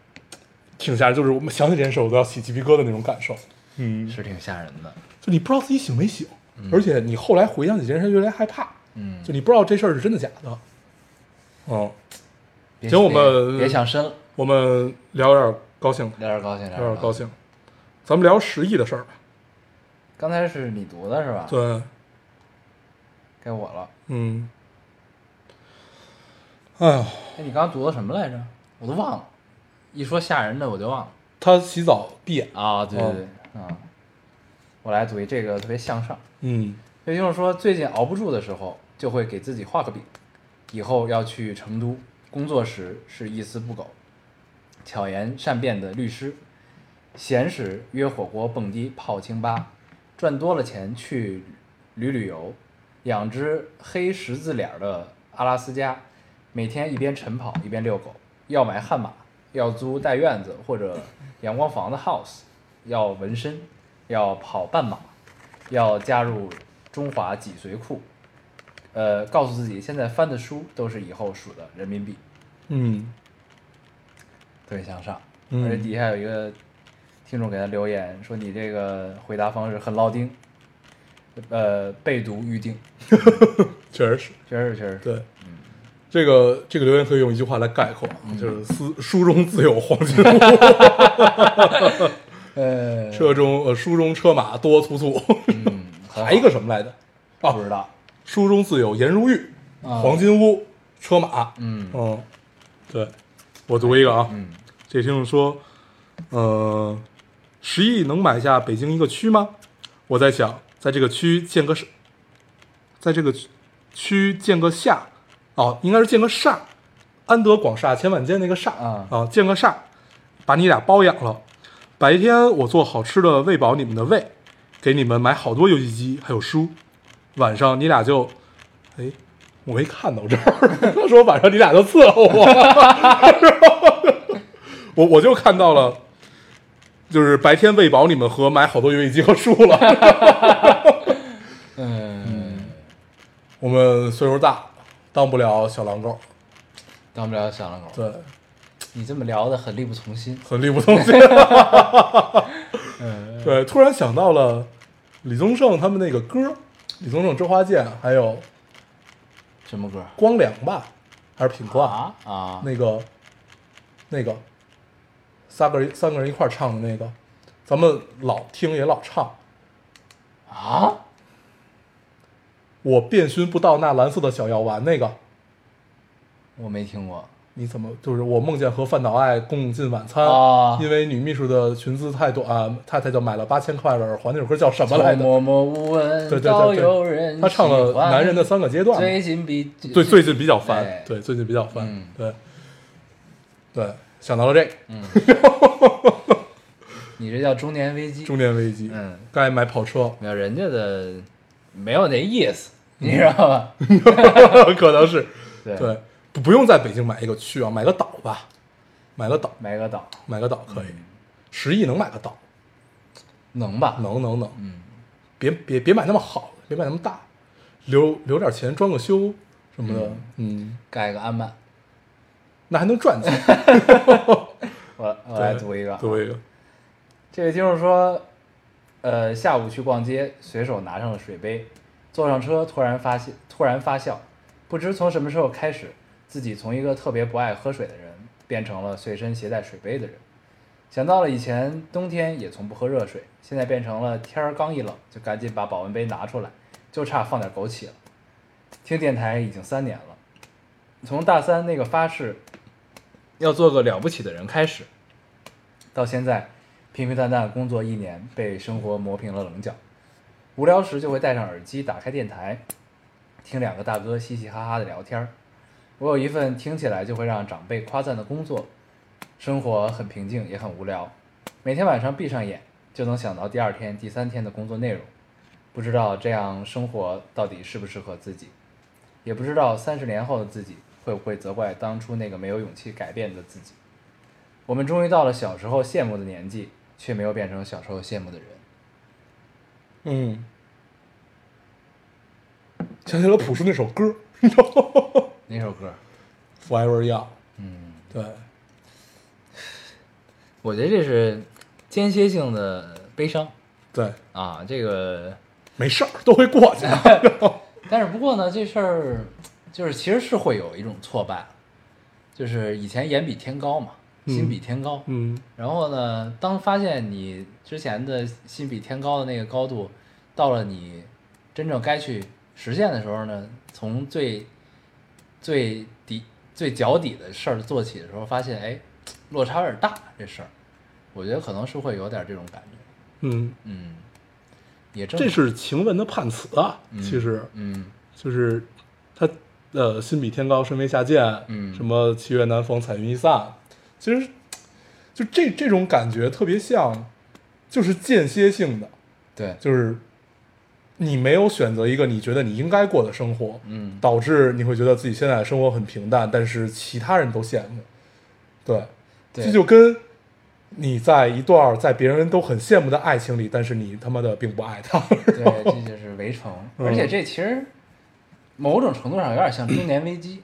Speaker 2: 挺吓人，就是我们想起这件事儿我都要起鸡皮疙瘩那种感受，嗯，
Speaker 1: 是挺吓人的。
Speaker 2: 就你不知道自己醒没醒，而且你后来回想起这件事儿越来越害怕，
Speaker 1: 嗯，
Speaker 2: 就你不知道这事儿是真的假的，嗯，
Speaker 1: 别
Speaker 2: 行我
Speaker 1: 别
Speaker 2: 们
Speaker 1: 别想深了，
Speaker 2: 我们聊点儿高兴的。
Speaker 1: 聊点高兴，聊
Speaker 2: 有点
Speaker 1: 高
Speaker 2: 高。兴。咱们聊十亿的事儿吧。
Speaker 1: 刚才是你读的是吧？
Speaker 2: 对，
Speaker 1: 该我了。
Speaker 2: 嗯，哎呦，
Speaker 1: 哎，你刚刚读的什么来着？我都忘了。一说吓人的，我就忘了。
Speaker 2: 他洗澡闭眼，
Speaker 1: 啊，对
Speaker 2: 哦
Speaker 1: 对对，啊，我来读一这个特别向上。
Speaker 2: 嗯
Speaker 1: 也就是说，最近熬不住的时候，就会给自己画个饼，以后要去成都工作时是一丝不苟，巧言善辩的律师，闲时约火锅、蹦迪、泡清吧，赚多了钱去旅旅游，养只黑十字脸儿的阿拉斯加，每天一边晨跑一边遛狗，要买悍马，要租带院子或者阳光房的 house，要纹身，要跑半马。要加入中华脊髓库，呃，告诉自己现在翻的书都是以后数的人民币，
Speaker 2: 嗯
Speaker 1: 特别向上。
Speaker 2: 嗯
Speaker 1: 而且底下有一个听众给他留言说：“你这个回答方式很老丁，呃，背读预定，
Speaker 2: 确实是
Speaker 1: 确实是确实是。
Speaker 2: 对。这个这个留言可以用一句话来概括，啊
Speaker 1: 嗯
Speaker 2: 就是“书书中自有黄金屋，
Speaker 1: 呃，
Speaker 2: 车中呃书中车马多粗粗”，
Speaker 1: 嗯，很好
Speaker 2: 还一个什么来着？啊
Speaker 1: 不，知道，
Speaker 2: 书中自有颜如玉，
Speaker 1: 啊
Speaker 2: 黄金屋，车马。
Speaker 1: 嗯
Speaker 2: 嗯，对，我读一个啊。
Speaker 1: 嗯
Speaker 2: 这听众说，呃，十亿能买下北京一个区吗？我在想，在这个区建个，在这个区建个厦，哦，应该是建个厦，安得广厦千万间那个厦
Speaker 1: 啊
Speaker 2: 啊，建个厦，把你俩包养了。白天我做好吃的喂饱你们的胃，给你们买好多游戏机还有书。晚上你俩就，哎，我没看到这儿， 他说晚上你俩就伺候我。我我就看到了，就是白天喂饱你们和买好多游戏机和书了。
Speaker 1: 嗯，
Speaker 2: 我们岁数大，当不了小狼狗，
Speaker 1: 当不了小狼狗。
Speaker 2: 对，
Speaker 1: 你这么聊的很力不从心。
Speaker 2: 很力不从心。 对，突然想到了李宗盛他们那个歌，李宗盛、周华健还有
Speaker 1: 什么歌？
Speaker 2: 光良吧，还是品冠
Speaker 1: 啊啊，
Speaker 2: 那个那个三个人三个人一块儿唱的那个，咱们老听也老唱。
Speaker 1: 啊，
Speaker 2: 我遍寻不到那蓝色的小药丸，那个
Speaker 1: 我没听过。
Speaker 2: 你怎么就是我梦见和范岛爱共进晚餐，
Speaker 1: 啊
Speaker 2: 因为女秘书的裙子太短，太太就买了八千块的耳环。那首歌叫什么来着？
Speaker 1: 默默无
Speaker 2: 对
Speaker 1: 闻，
Speaker 2: 对
Speaker 1: 早
Speaker 2: 对
Speaker 1: 有人
Speaker 2: 对，他唱了
Speaker 1: 喜欢
Speaker 2: 男人的三个阶段嘛。
Speaker 1: 最近比
Speaker 2: 对，最近比较烦，
Speaker 1: 哎
Speaker 2: 对，最近比较烦，
Speaker 1: 嗯
Speaker 2: 对，对，想到了这个
Speaker 1: 你这叫中年危机。
Speaker 2: 中年危机，
Speaker 1: 嗯，，
Speaker 2: 该买跑车
Speaker 1: 没有人家的没有那意思，你知道吧？
Speaker 2: 嗯 可能是
Speaker 1: 对
Speaker 2: 对，不不用在北京买一个区啊，买个岛吧，买个岛，
Speaker 1: 买个岛
Speaker 2: 买个岛可以，十亿能买个岛，
Speaker 1: 嗯能吧？
Speaker 2: 能能能，
Speaker 1: 嗯，
Speaker 2: 别别别买那么好，别买那么大，留留点钱装个修什么的，嗯，
Speaker 1: 盖个安曼。
Speaker 2: 那还能赚钱。
Speaker 1: 我我来
Speaker 2: 对
Speaker 1: 读一个啊，
Speaker 2: 读一个，
Speaker 1: 这位听众说，呃，下午去逛街，随手拿上了水杯，坐上车，突然发现，突然发笑，不知从什么时候开始，自己从一个特别不爱喝水的人，变成了随身携带水杯的人。想到了以前冬天也从不喝热水，现在变成了天儿刚一冷就赶紧把保温杯拿出来，就差放点枸杞了。听电台已经三年了，从大三那个发誓要做个了不起的人开始，到现在，平平淡淡工作一年，被生活磨平了棱角。无聊时就会戴上耳机，打开电台，听两个大哥嘻嘻哈哈的聊天儿。我有一份听起来就会让长辈夸赞的工作，生活很平静，也很无聊。每天晚上闭上眼，就能想到第二天、第三天的工作内容。不知道这样生活到底适不适合自己，也不知道三十年后的自己会不会责怪当初那个没有勇气改变的自己。我们终于到了小时候羡慕的年纪，却没有变成小时候羡慕的人。
Speaker 2: 嗯，想起了朴树那首歌，你知道吗
Speaker 1: 哪首歌？
Speaker 2: ？Forever Young，
Speaker 1: 嗯，
Speaker 2: 对，
Speaker 1: 我觉得这是间歇性的悲伤
Speaker 2: 对，
Speaker 1: 啊，这个，
Speaker 2: 没事儿，都会过 去的。
Speaker 1: 但是不过呢，这事儿就是其实是会有一种挫败，就是以前眼比天高嘛，心比天高，
Speaker 2: 嗯
Speaker 1: 然后呢，当发现你之前的心比天高的那个高度到了你真正该去实践的时候呢，从最最底最脚底的事儿做起的时候，发现哎，落差有点大，这事儿，我觉得可能是会有点这种感觉，
Speaker 2: 嗯，
Speaker 1: 嗯，也正
Speaker 2: 这
Speaker 1: 常
Speaker 2: 是晴雯的判词啊，其实
Speaker 1: 嗯
Speaker 2: 就是他呃，心比天高，身为下贱，
Speaker 1: 嗯
Speaker 2: 什么七月南风，彩云易散，其实就这这种感觉特别像，就是间歇性的，
Speaker 1: 对，
Speaker 2: 就是你没有选择一个你觉得你应该过的生活，
Speaker 1: 嗯
Speaker 2: 导致你会觉得自己现在的生活很平淡，但是其他人都羡慕。对，
Speaker 1: 对
Speaker 2: 这就跟你在一段在别人都很羡慕的爱情里，但是你他妈的并不爱他。
Speaker 1: 对，这就是围城，
Speaker 2: 嗯
Speaker 1: 而且这其实某种程度上有点像中年危机，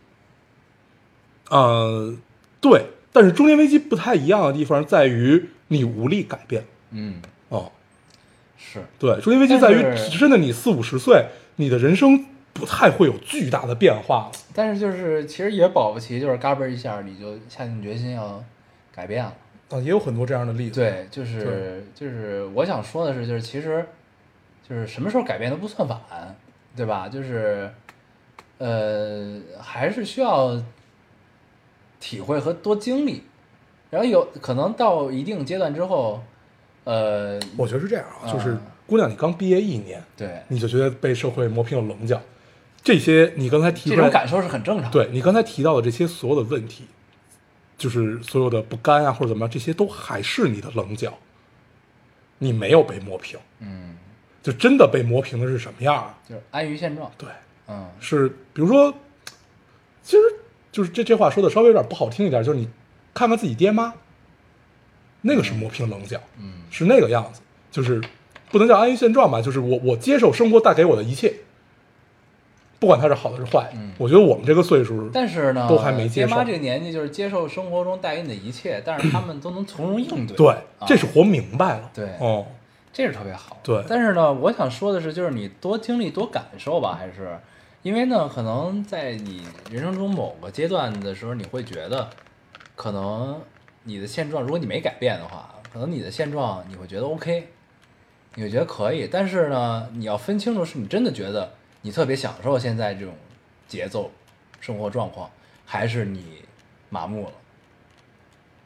Speaker 2: 呃，对，但是中年危机不太一样的地方在于你无力改变。
Speaker 1: 嗯，
Speaker 2: 哦，
Speaker 1: 是，
Speaker 2: 对，中年危机在于
Speaker 1: 但是
Speaker 2: 真的你四五十岁，你的人生不太会有巨大的变化了。
Speaker 1: 但是就是其实也保不齐就是嘎嘣一下你就下定决心要改变了。
Speaker 2: 啊，也有很多这样的例子。，
Speaker 1: 对，就是就是我想说的是，就是其实就是什么时候改变都不算晚，对吧？就是呃，还是需要体会和多经历，然后有可能到一定阶段之后，呃，
Speaker 2: 我觉得是这样啊，
Speaker 1: 啊
Speaker 2: 就是姑娘，你刚毕业一年，
Speaker 1: 对，
Speaker 2: 你就觉得被社会磨平了棱角。这些你刚才提
Speaker 1: 这
Speaker 2: 出
Speaker 1: 种
Speaker 2: 来，
Speaker 1: 感受是很正常的。
Speaker 2: 对你刚才提到的这些所有的问题，就是所有的不甘啊或者怎么样，这些都还是你的棱角，你没有被磨平。
Speaker 1: 嗯，
Speaker 2: 就真的被磨平的是什么样啊？
Speaker 1: 就是安于现状。
Speaker 2: 对，
Speaker 1: 嗯，
Speaker 2: 是比如说，其实就是这这话说的稍微有点不好听一点，就是你看看自己爹妈，那个是磨平棱角，
Speaker 1: 嗯，
Speaker 2: 是那个样子，就是不能叫安于现状吧，就是我我接受生活带给我的一切，不管它是好的是坏的，
Speaker 1: 嗯
Speaker 2: 我觉得我们这个岁数，
Speaker 1: 但是呢，
Speaker 2: 嗯都还没接
Speaker 1: 爹妈
Speaker 2: 受
Speaker 1: 这个年纪就是接受生活中带给你的一切，但是他们都能从容应对。
Speaker 2: 对，这
Speaker 1: 啊
Speaker 2: 是活明白了，
Speaker 1: 对
Speaker 2: 哦，
Speaker 1: 这是特别好。
Speaker 2: 对
Speaker 1: 但是呢，我想说的是，就是你多经历、多感受吧，还是因为呢，可能在你人生中某个阶段的时候，你会觉得，可能你的现状，如果你没改变的话，可能你的现状你会觉得 OK，你会觉得可以。但是呢，你要分清楚，是你真的觉得你特别享受现在这种节奏、生活状况，还是你麻木了。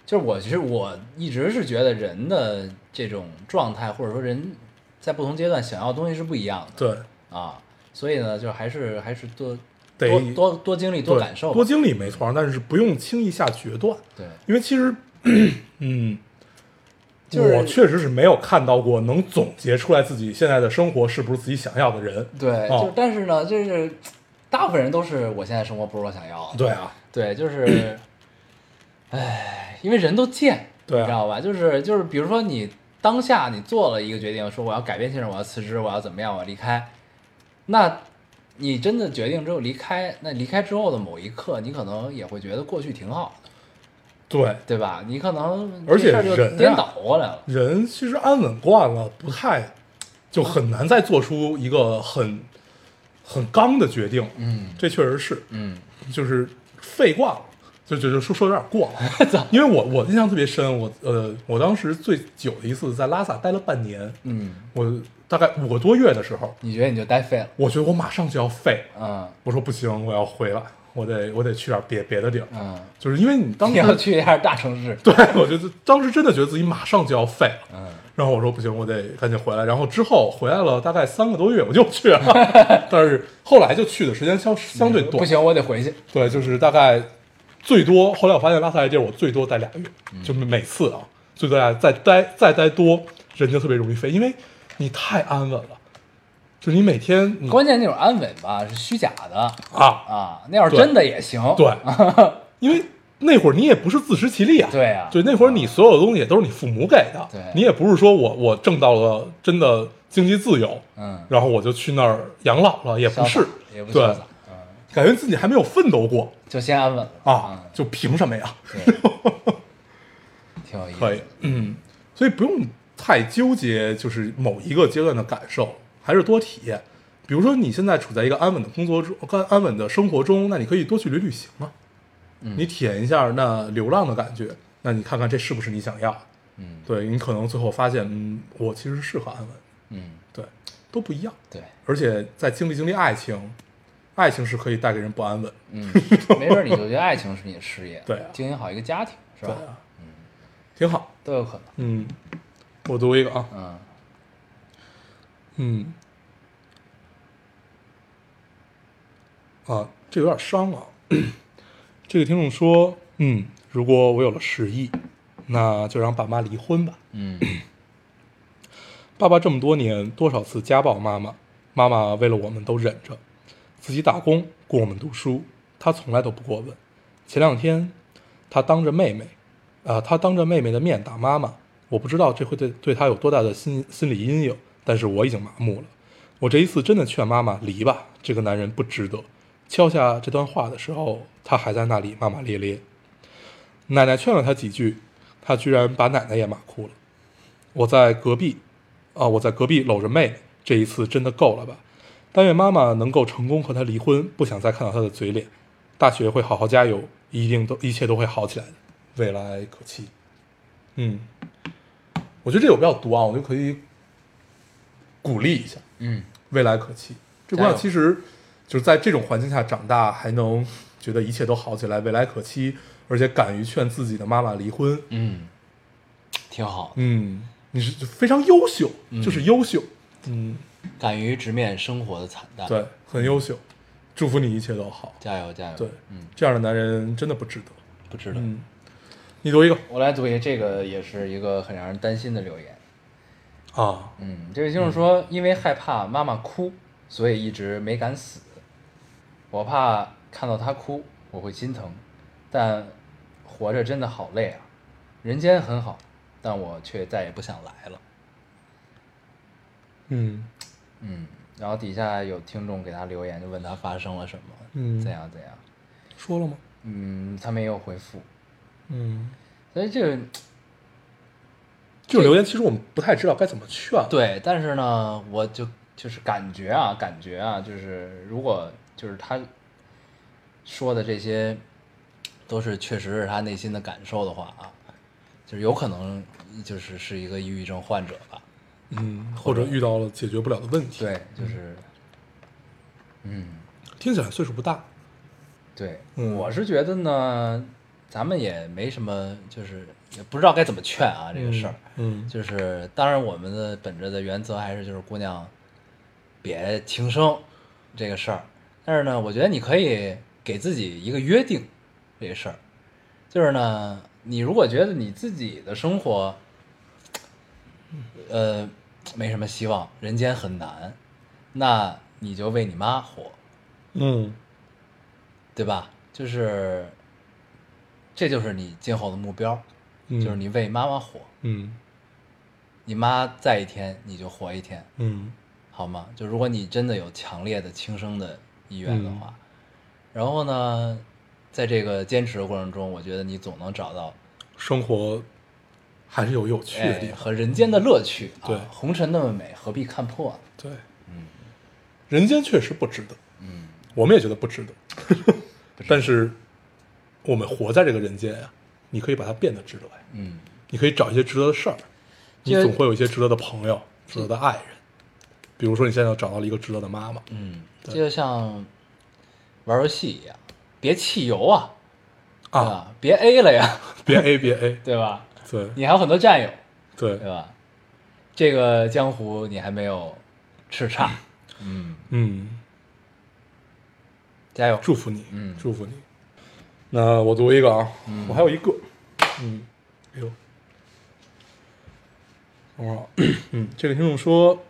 Speaker 1: 就是我其实我一直是觉得人的这种状态，或者说人在不同阶段想要的东西是不一样的
Speaker 2: 对，
Speaker 1: 啊，所以呢，就是还是还是多
Speaker 2: 得
Speaker 1: 多多多经历多
Speaker 2: 对
Speaker 1: 感受吧，
Speaker 2: 多经历没错，但是不用轻易下决断，
Speaker 1: 对，
Speaker 2: 因为其实，嗯，
Speaker 1: 就是
Speaker 2: 我确实是没有看到过能总结出来自己现在的生活是不是自己想要的人。
Speaker 1: 对，
Speaker 2: 哦
Speaker 1: 就但是呢，就是大部分人都是我现在生活不是我想要的，
Speaker 2: 对啊，
Speaker 1: 对，就是，唉，因为人都贱，
Speaker 2: 对啊
Speaker 1: 你知道吧？就是就是，比如说你当下你做了一个决定，说我要改变现状，我要辞职，我要怎么样，我要离开，那你真的决定之后离开，那离开之后的某一刻，你可能也会觉得过去挺好的，
Speaker 2: 对，
Speaker 1: 对吧？你可能
Speaker 2: 而
Speaker 1: 这事儿
Speaker 2: 且
Speaker 1: 就
Speaker 2: 人
Speaker 1: 颠
Speaker 2: 啊
Speaker 1: 倒过来了，
Speaker 2: 人其实安稳惯了，不太就很难再做出一个很很刚的决定。
Speaker 1: 嗯
Speaker 2: 这确实是，
Speaker 1: 嗯
Speaker 2: 就是废惯了，就就就说说有点过 了。因为我我印象特别深，我呃，我当时最久的一次在拉萨待了半年，
Speaker 1: 嗯，
Speaker 2: 我大概五个多月的时候，
Speaker 1: 你觉得你就待废了，
Speaker 2: 我觉得我马上就要废了，
Speaker 1: 嗯
Speaker 2: 我说不行，我要回来，我得我得去点儿别别的地儿，
Speaker 1: 嗯，
Speaker 2: 就是因为你当
Speaker 1: 你要
Speaker 2: 时
Speaker 1: 去一下大城市，
Speaker 2: 对我觉得当时真的觉得自己马上就要废了，
Speaker 1: 嗯，
Speaker 2: 然后我说不行，我得赶紧回来。然后之后回来了大概三个多月，我就去 了，但是后来就去的时间相相对短，
Speaker 1: 不，行，我得回去，
Speaker 2: 对，就是大概最多。后来我发现拉萨这地儿我最多待俩月，
Speaker 1: 嗯
Speaker 2: 就每次啊，最多待再待再待多，人就特别容易废，因为你太安稳了，就是你每天你
Speaker 1: 关键那种安稳吧是虚假的。
Speaker 2: 啊，
Speaker 1: 啊，那要是
Speaker 2: 对
Speaker 1: 真的也行。
Speaker 2: 对，因为那会儿你也不是自食其力啊。
Speaker 1: 对啊
Speaker 2: 对，那会儿你所有的东西也都是你父母给的，
Speaker 1: 对
Speaker 2: 你也不是说我我挣到了真的经济自由，
Speaker 1: 嗯，
Speaker 2: 然后我就去那儿养老了，也不
Speaker 1: 潇
Speaker 2: 是
Speaker 1: 洒，也不
Speaker 2: 对
Speaker 1: 潇洒，嗯，
Speaker 2: 感觉自己还没有奋斗过
Speaker 1: 就先安稳了
Speaker 2: 啊
Speaker 1: 嗯，
Speaker 2: 就凭什么呀？
Speaker 1: 挺有意思的。
Speaker 2: 可以，嗯，所以不用太纠结，就是某一个阶段的感受，还是多体验。比如说你现在处在一个安稳的工作中、安安稳的生活中，那你可以多去旅旅行啊，你体验一下那流浪的感觉，那你看看这是不是你想要？
Speaker 1: 嗯
Speaker 2: 对你可能最后发现，嗯，我其实适合安稳。
Speaker 1: 嗯，
Speaker 2: 对，都不一样。
Speaker 1: 对，
Speaker 2: 而且再经历经历爱情，爱情是可以带给人不安稳。
Speaker 1: 嗯，没准你就觉得爱情是你的事业，
Speaker 2: 对啊
Speaker 1: 经营好一个家庭是
Speaker 2: 对
Speaker 1: 吧？
Speaker 2: 啊，嗯，挺好。
Speaker 1: 都有可能。
Speaker 2: 嗯，我读一个啊，
Speaker 1: 嗯，
Speaker 2: 嗯，啊，这有点伤啊。 这个听众说，嗯，如果我有了十亿，那就让爸妈离婚吧。
Speaker 1: 嗯，
Speaker 2: 爸爸这么多年多少次家暴妈妈，妈妈为了我们都忍着，自己打工供我们读书，她从来都不过问。前两天，她当着妹妹，啊、她当着妹妹的面打妈妈，我不知道这会对对她有多大的心心理阴影，但是我已经麻木了。我这一次真的劝妈妈离吧，这个男人不值得。敲下这段话的时候，她还在那里骂骂咧咧。奶奶劝了她几句，她居然把奶奶也骂哭了。我在隔壁啊，我在隔壁搂着妹妹，这一次真的够了吧？但愿妈妈能够成功和她离婚，不想再看到她的嘴脸。大学会好好加油，一定都一切都会好起来的，未来可期。嗯，我觉得这有必要读啊，我就可以鼓励一下，
Speaker 1: 嗯，
Speaker 2: 未来可期。这姑
Speaker 1: 加油
Speaker 2: 娘其实就是在这种环境下长大，还能觉得一切都好起来，未来可期，而且敢于劝自己的妈妈离婚。
Speaker 1: 嗯，挺好的，
Speaker 2: 嗯，你是非常优秀，就是优秀。嗯
Speaker 1: 敢于直面生活的惨淡。，
Speaker 2: 对，很优秀，祝福你一切都好。
Speaker 1: 加油加油。
Speaker 2: 对，
Speaker 1: 嗯，
Speaker 2: 这样的男人真的不值得。
Speaker 1: 不值得。
Speaker 2: 嗯，你读一个
Speaker 1: 我来读一个，这个也是一个很让人担心的留言。
Speaker 2: 啊，
Speaker 1: 嗯，这位听众说，因为害怕妈妈哭，所以一直没敢死。我怕看到她哭，我会心疼，但活着真的好累啊。人间很好，但我却再也不想来了。
Speaker 2: 嗯
Speaker 1: 嗯，然后底下有听众给他留言，就问他发生了什么，
Speaker 2: 嗯
Speaker 1: 怎样怎样。
Speaker 2: 说了吗？
Speaker 1: 嗯，他没有回复，
Speaker 2: 嗯，
Speaker 1: 所以这个
Speaker 2: 这种留言其实我们不太知道该怎么劝。，
Speaker 1: 对，但是呢，我就就是感觉啊，感觉啊，就是如果就是他说的这些都是确实是他内心的感受的话啊，就是有可能就是是一个抑郁症患者吧。
Speaker 2: 嗯，或者遇到了解决不了的问题。
Speaker 1: 对，就是，嗯，
Speaker 2: 听起来岁数不大。
Speaker 1: 对，
Speaker 2: 嗯
Speaker 1: 我是觉得呢，咱们也没什么，就是也不知道该怎么劝啊这个事儿。
Speaker 2: 嗯，
Speaker 1: 就是当然我们的本着的原则还是就是姑娘别轻生这个事儿，但是呢，我觉得你可以给自己一个约定，这个事儿，就是呢，你如果觉得你自己的生活，呃，没什么希望，人间很难，那你就为你妈活，
Speaker 2: 嗯
Speaker 1: 对吧？就是，这就是你今后的目标，
Speaker 2: 嗯
Speaker 1: 就是你为妈妈活。
Speaker 2: 嗯
Speaker 1: 你妈在一天，你就活一天，
Speaker 2: 嗯
Speaker 1: 好吗？就如果你真的有强烈的轻生的意愿的
Speaker 2: 嗯
Speaker 1: 话，然后呢，在这个坚持的过程中，我觉得你总能找到
Speaker 2: 生活还是有有趣的地
Speaker 1: 哎
Speaker 2: 方。
Speaker 1: 和人间的乐趣、啊。
Speaker 2: 嗯对
Speaker 1: 红尘那么美，何必看破呢？
Speaker 2: 对，嗯，人间确实不值得。
Speaker 1: 嗯，
Speaker 2: 我们也觉得不值得，
Speaker 1: 不值得
Speaker 2: 但是我们活在这个人间呀、你可以把它变得值得呀。
Speaker 1: 嗯，
Speaker 2: 你可以找一些值得的事儿，你
Speaker 1: 这
Speaker 2: 总会有一些值得的朋友、值得的爱人。比如说，你现在找到了一个值得的妈妈，
Speaker 1: 嗯，这
Speaker 2: 对
Speaker 1: 就像玩游戏一样，别汽油啊，对
Speaker 2: 啊，
Speaker 1: 吧？别 A 了呀，
Speaker 2: 别 A 别 A，
Speaker 1: 对吧？
Speaker 2: 对
Speaker 1: 你还有很多战友，
Speaker 2: 对
Speaker 1: 对，吧？这个江湖你还没有叱 咤，
Speaker 2: 嗯，
Speaker 1: 加油！
Speaker 2: 祝福你，
Speaker 1: 嗯
Speaker 2: 祝福你。那我读一个啊，我还有一个，嗯，哎呦，等会儿啊， 嗯，这个听众说，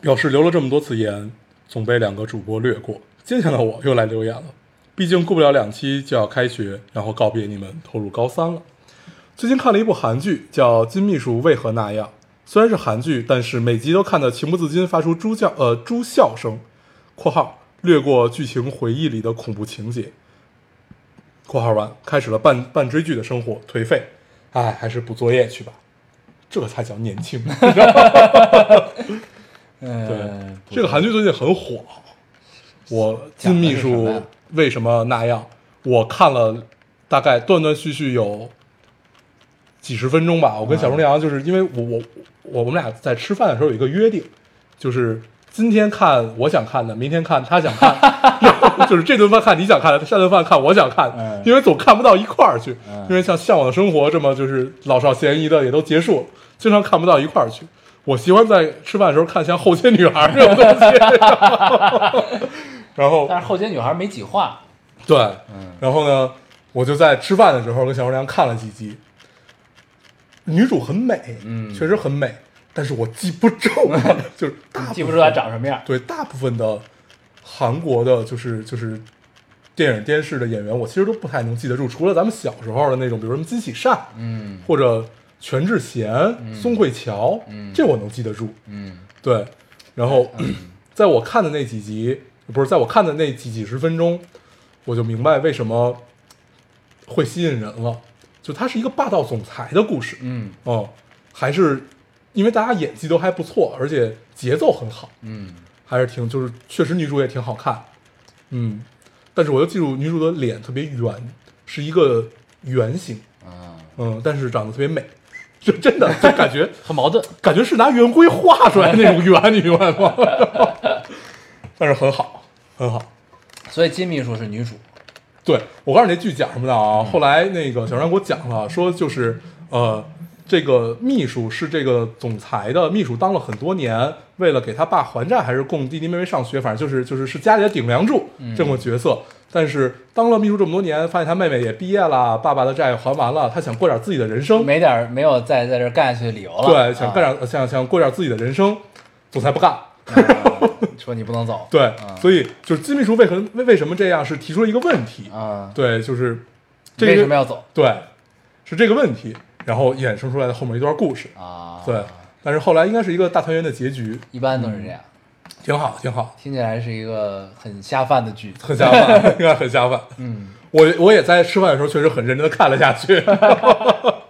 Speaker 2: 表示留了这么多次言，总被两个主播略过。接下来我又来留言了，毕竟过不了两期就要开学，然后告别你们，投入高三了。最近看了一部韩剧，叫《金秘书为何那样》，虽然是韩剧，但是每集都看得情不自禁发出猪叫呃猪笑声。（括号略过剧情回忆里的恐怖情节）（括号完）开始了半半追剧的生活，颓废。哎，还是补作业去吧，这才叫年 轻。对
Speaker 1: 嗯，，不
Speaker 2: 这个韩剧最近很火。我金秘
Speaker 1: 讲的是什么
Speaker 2: 书
Speaker 1: 呀
Speaker 2: 为什么那样？我看了大概断断续续有
Speaker 1: 嗯
Speaker 2: 几十分钟吧。我跟小钟良就是因为我我我我们俩在吃饭的时候有一个约定，就是今天看我想看的，明天看他想 看，然后就是这顿饭看你想看的，下顿饭看我想看
Speaker 1: 嗯，
Speaker 2: 因为总看不到一块儿去
Speaker 1: 嗯，
Speaker 2: 因为像《向往的生活》这么就是老少咸宜的也都结束了，经常看不到一块儿去。我喜欢在吃饭的时候看像《后街女孩》这种东西， 然后
Speaker 1: 但是后街女孩没几话，
Speaker 2: 对，然后呢，我就在吃饭的时候跟小姑娘看了几集。女主很美，
Speaker 1: 嗯
Speaker 2: 确实很美，但是我记不住， 就是大部分
Speaker 1: 记不住她长什么样。
Speaker 2: 对，大部分的韩国的，就是就是电影电视的演员，我其实都不太能记得住，除了咱们小时候的那种，比如什么金喜善，
Speaker 1: 嗯
Speaker 2: 或者全智贤、宋慧乔，
Speaker 1: 嗯
Speaker 2: 这我能记得住。
Speaker 1: 嗯
Speaker 2: 对，然后、在我看的那几集，不是在我看的那几几十分钟，我就明白为什么会吸引人了。就它是一个霸道总裁的故事，
Speaker 1: 嗯
Speaker 2: 嗯，还是因为大家演技都还不错，而且节奏很好，
Speaker 1: 嗯
Speaker 2: 还是挺就是确实女主也挺好看，嗯，但是我就记住女主的脸特别圆，是一个圆形，
Speaker 1: 啊，
Speaker 2: 嗯，但是长得特别美，就真的就感觉
Speaker 1: 很矛盾。
Speaker 2: 感觉是拿圆规画出来的那种圆，你明白吗？ 但是很好，很好。
Speaker 1: 所以金秘书是女主。
Speaker 2: 对我告诉你这剧讲什么的啊？后来那个小张给我讲了，说就是呃，这个秘书是这个总裁的秘书，当了很多年，为了给他爸还债，还是供弟弟妹妹上学，反正就是就是是家里的顶梁柱这么个角色。但是当了秘书这么多年，发现他妹妹也毕业了，爸爸的债也还完了，他想过点自己的人生，
Speaker 1: 没点儿没有再在这儿干下去的理由了。
Speaker 2: 对，想干
Speaker 1: 啊
Speaker 2: 点、想想过点自己的人生，总裁不干，
Speaker 1: 啊说你不能走。
Speaker 2: 对，
Speaker 1: 啊
Speaker 2: 所以就是金秘书为何为为什么这样是提出了一个问题，
Speaker 1: 啊，
Speaker 2: 对，就是这个
Speaker 1: 为什么要走
Speaker 2: 对是这个问题，然后衍生出来的后面一段故事，
Speaker 1: 啊？
Speaker 2: 对，，但是后来应该是一个大团圆的结局，
Speaker 1: 一般都是这样。
Speaker 2: 挺好，挺好，
Speaker 1: 听起来是一个很下饭的剧。
Speaker 2: 很下饭， 应该很下饭。
Speaker 1: 嗯，
Speaker 2: 我我也在吃饭的时候确实很认真的看了下去，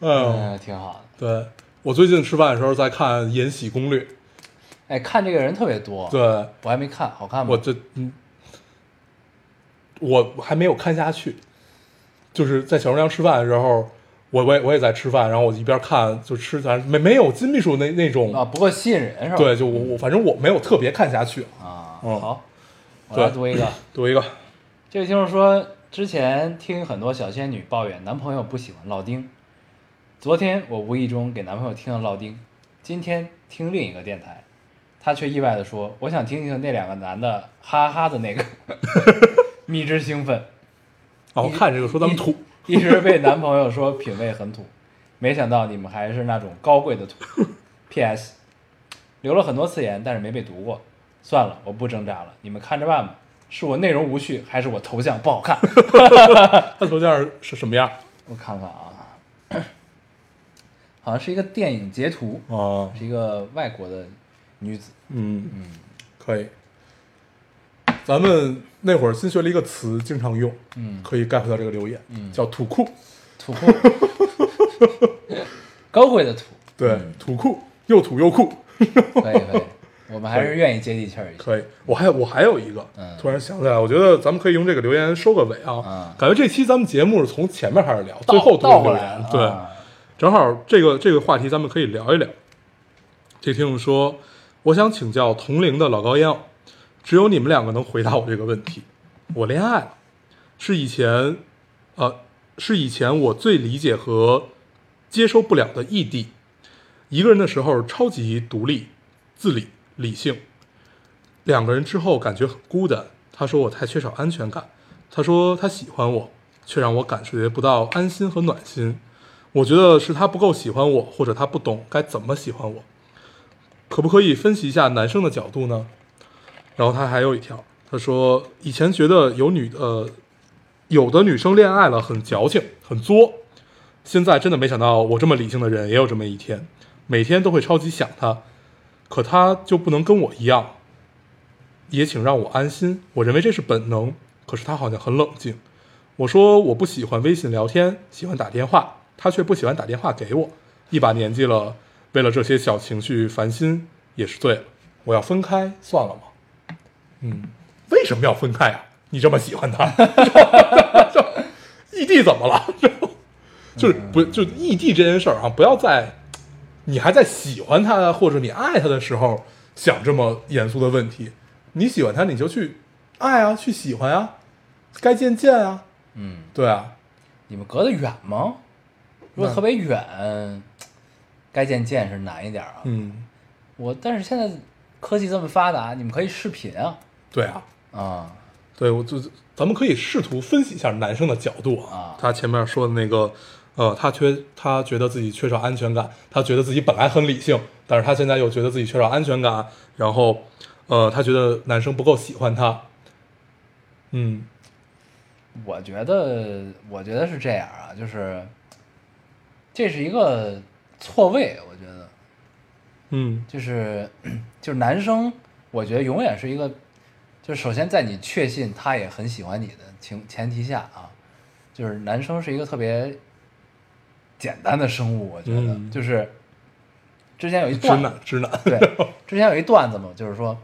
Speaker 2: 嗯，
Speaker 1: 嗯，挺好的。
Speaker 2: 对我最近吃饭的时候在看《延禧攻略》，
Speaker 1: 哎，看这个人特别多。，
Speaker 2: 对
Speaker 1: 我还没看，好看吗？
Speaker 2: 我这嗯，我还没有看下去，就是在小厨娘吃饭的时候，我我也我也在吃饭，然后我一边看就吃，咱没没有金秘书那那种，
Speaker 1: 啊，不够吸引人是吧？
Speaker 2: 对，就我我反正我没有特别看下去。
Speaker 1: 啊，
Speaker 2: 嗯
Speaker 1: 好，我来
Speaker 2: 对
Speaker 1: 读一个。
Speaker 2: 读一个，
Speaker 1: 这位听众说，之前听很多小仙女抱怨男朋友不喜欢烙丁，昨天我无意中给男朋友听了烙丁，今天听另一个电台，他却意外的说，我想听听那两个男的哈哈哈的那个， 迷之兴奋，
Speaker 2: 啊，我看这个说咱们土，
Speaker 1: 一直被男朋友说品味很土，没想到你们还是那种高贵的土。P.S. 留了很多次言，但是没被读过。算了，我不挣扎了，你们看着办吧。是我内容无趣，还是我头像不好看？
Speaker 2: 他头像是什么样
Speaker 1: 我看看啊， 好像是一个电影截图，
Speaker 2: 啊？
Speaker 1: 是一个外国的女子。
Speaker 2: 嗯嗯，可以。咱们那会儿新学了一个词，经常用，
Speaker 1: 嗯，
Speaker 2: 可以 get 到这个留言，嗯，叫土库，
Speaker 1: 土库，高贵的土，
Speaker 2: 对，土库又土又酷，
Speaker 1: 可以可以，我们还是愿意接地气儿一下。
Speaker 2: 可以，我还我还有一个
Speaker 1: 嗯，
Speaker 2: 突然想起来，我觉得咱们可以用这个留言收个尾啊
Speaker 1: 嗯。
Speaker 2: 感觉这期咱们节目是从前面开始聊，
Speaker 1: 倒
Speaker 2: 最后读
Speaker 1: 倒过
Speaker 2: 留
Speaker 1: 来
Speaker 2: 言
Speaker 1: 了，，
Speaker 2: 对，
Speaker 1: 啊
Speaker 2: 正好这个这个话题咱们可以聊一聊。这听众说，我想请教同龄的老高烟，只有你们两个能回答我这个问题。我恋爱了，是以前，呃，是以前我最理解和接受不了的异地。一个人的时候超级独立、自理、理性，两个人之后感觉很孤单。他说我太缺少安全感，他说他喜欢我，却让我感觉不到安心和暖心。我觉得是他不够喜欢我，或者他不懂该怎么喜欢我。可不可以分析一下男生的角度呢？然后他还有一条，他说以前觉得有女呃，有的女生恋爱了很矫情，很作，现在真的没想到我这么理性的人也有这么一天，每天都会超级想他，可他就不能跟我一样。也请让我安心，我认为这是本能，可是他好像很冷静。我说我不喜欢微信聊天，喜欢打电话，他却不喜欢打电话给我。一把年纪了，为了这些小情绪烦心也是醉了。我要分开算了吗？嗯，为什么要分开啊？你这么喜欢他，异地怎么了？就是不就异地这件事儿啊，不要再你还在喜欢他或者你爱他的时候想这么严肃的问题。你喜欢他，你就去爱啊，去喜欢啊，该见见啊，
Speaker 1: 嗯，
Speaker 2: 对啊，
Speaker 1: 你们隔得远吗？如果
Speaker 2: 那
Speaker 1: 特别远，该见见是难一点啊。
Speaker 2: 嗯，
Speaker 1: 我但是现在科技这么发达，你们可以视频啊
Speaker 2: 对啊，
Speaker 1: 啊，
Speaker 2: 对，我就咱们可以试图分析一下男生的角度
Speaker 1: 啊
Speaker 2: 他前面说的那个，呃，他缺他觉得自己缺少安全感，他觉得自己本来很理性，但是他现在又觉得自己缺少安全感，然后，呃，他觉得男生不够喜欢他，嗯
Speaker 1: 我觉得我觉得是这样啊，就是这是一个错位，我觉得
Speaker 2: 嗯
Speaker 1: 就是 就是男生，我觉得永远是一个，就是首先在你确信他也很喜欢你的情前提下啊，就是男生是一个特别简单的生物，我觉得、
Speaker 2: 嗯
Speaker 1: 就是之前有一
Speaker 2: 直
Speaker 1: 段
Speaker 2: 男直男
Speaker 1: 对，之前有一段子嘛，就是说，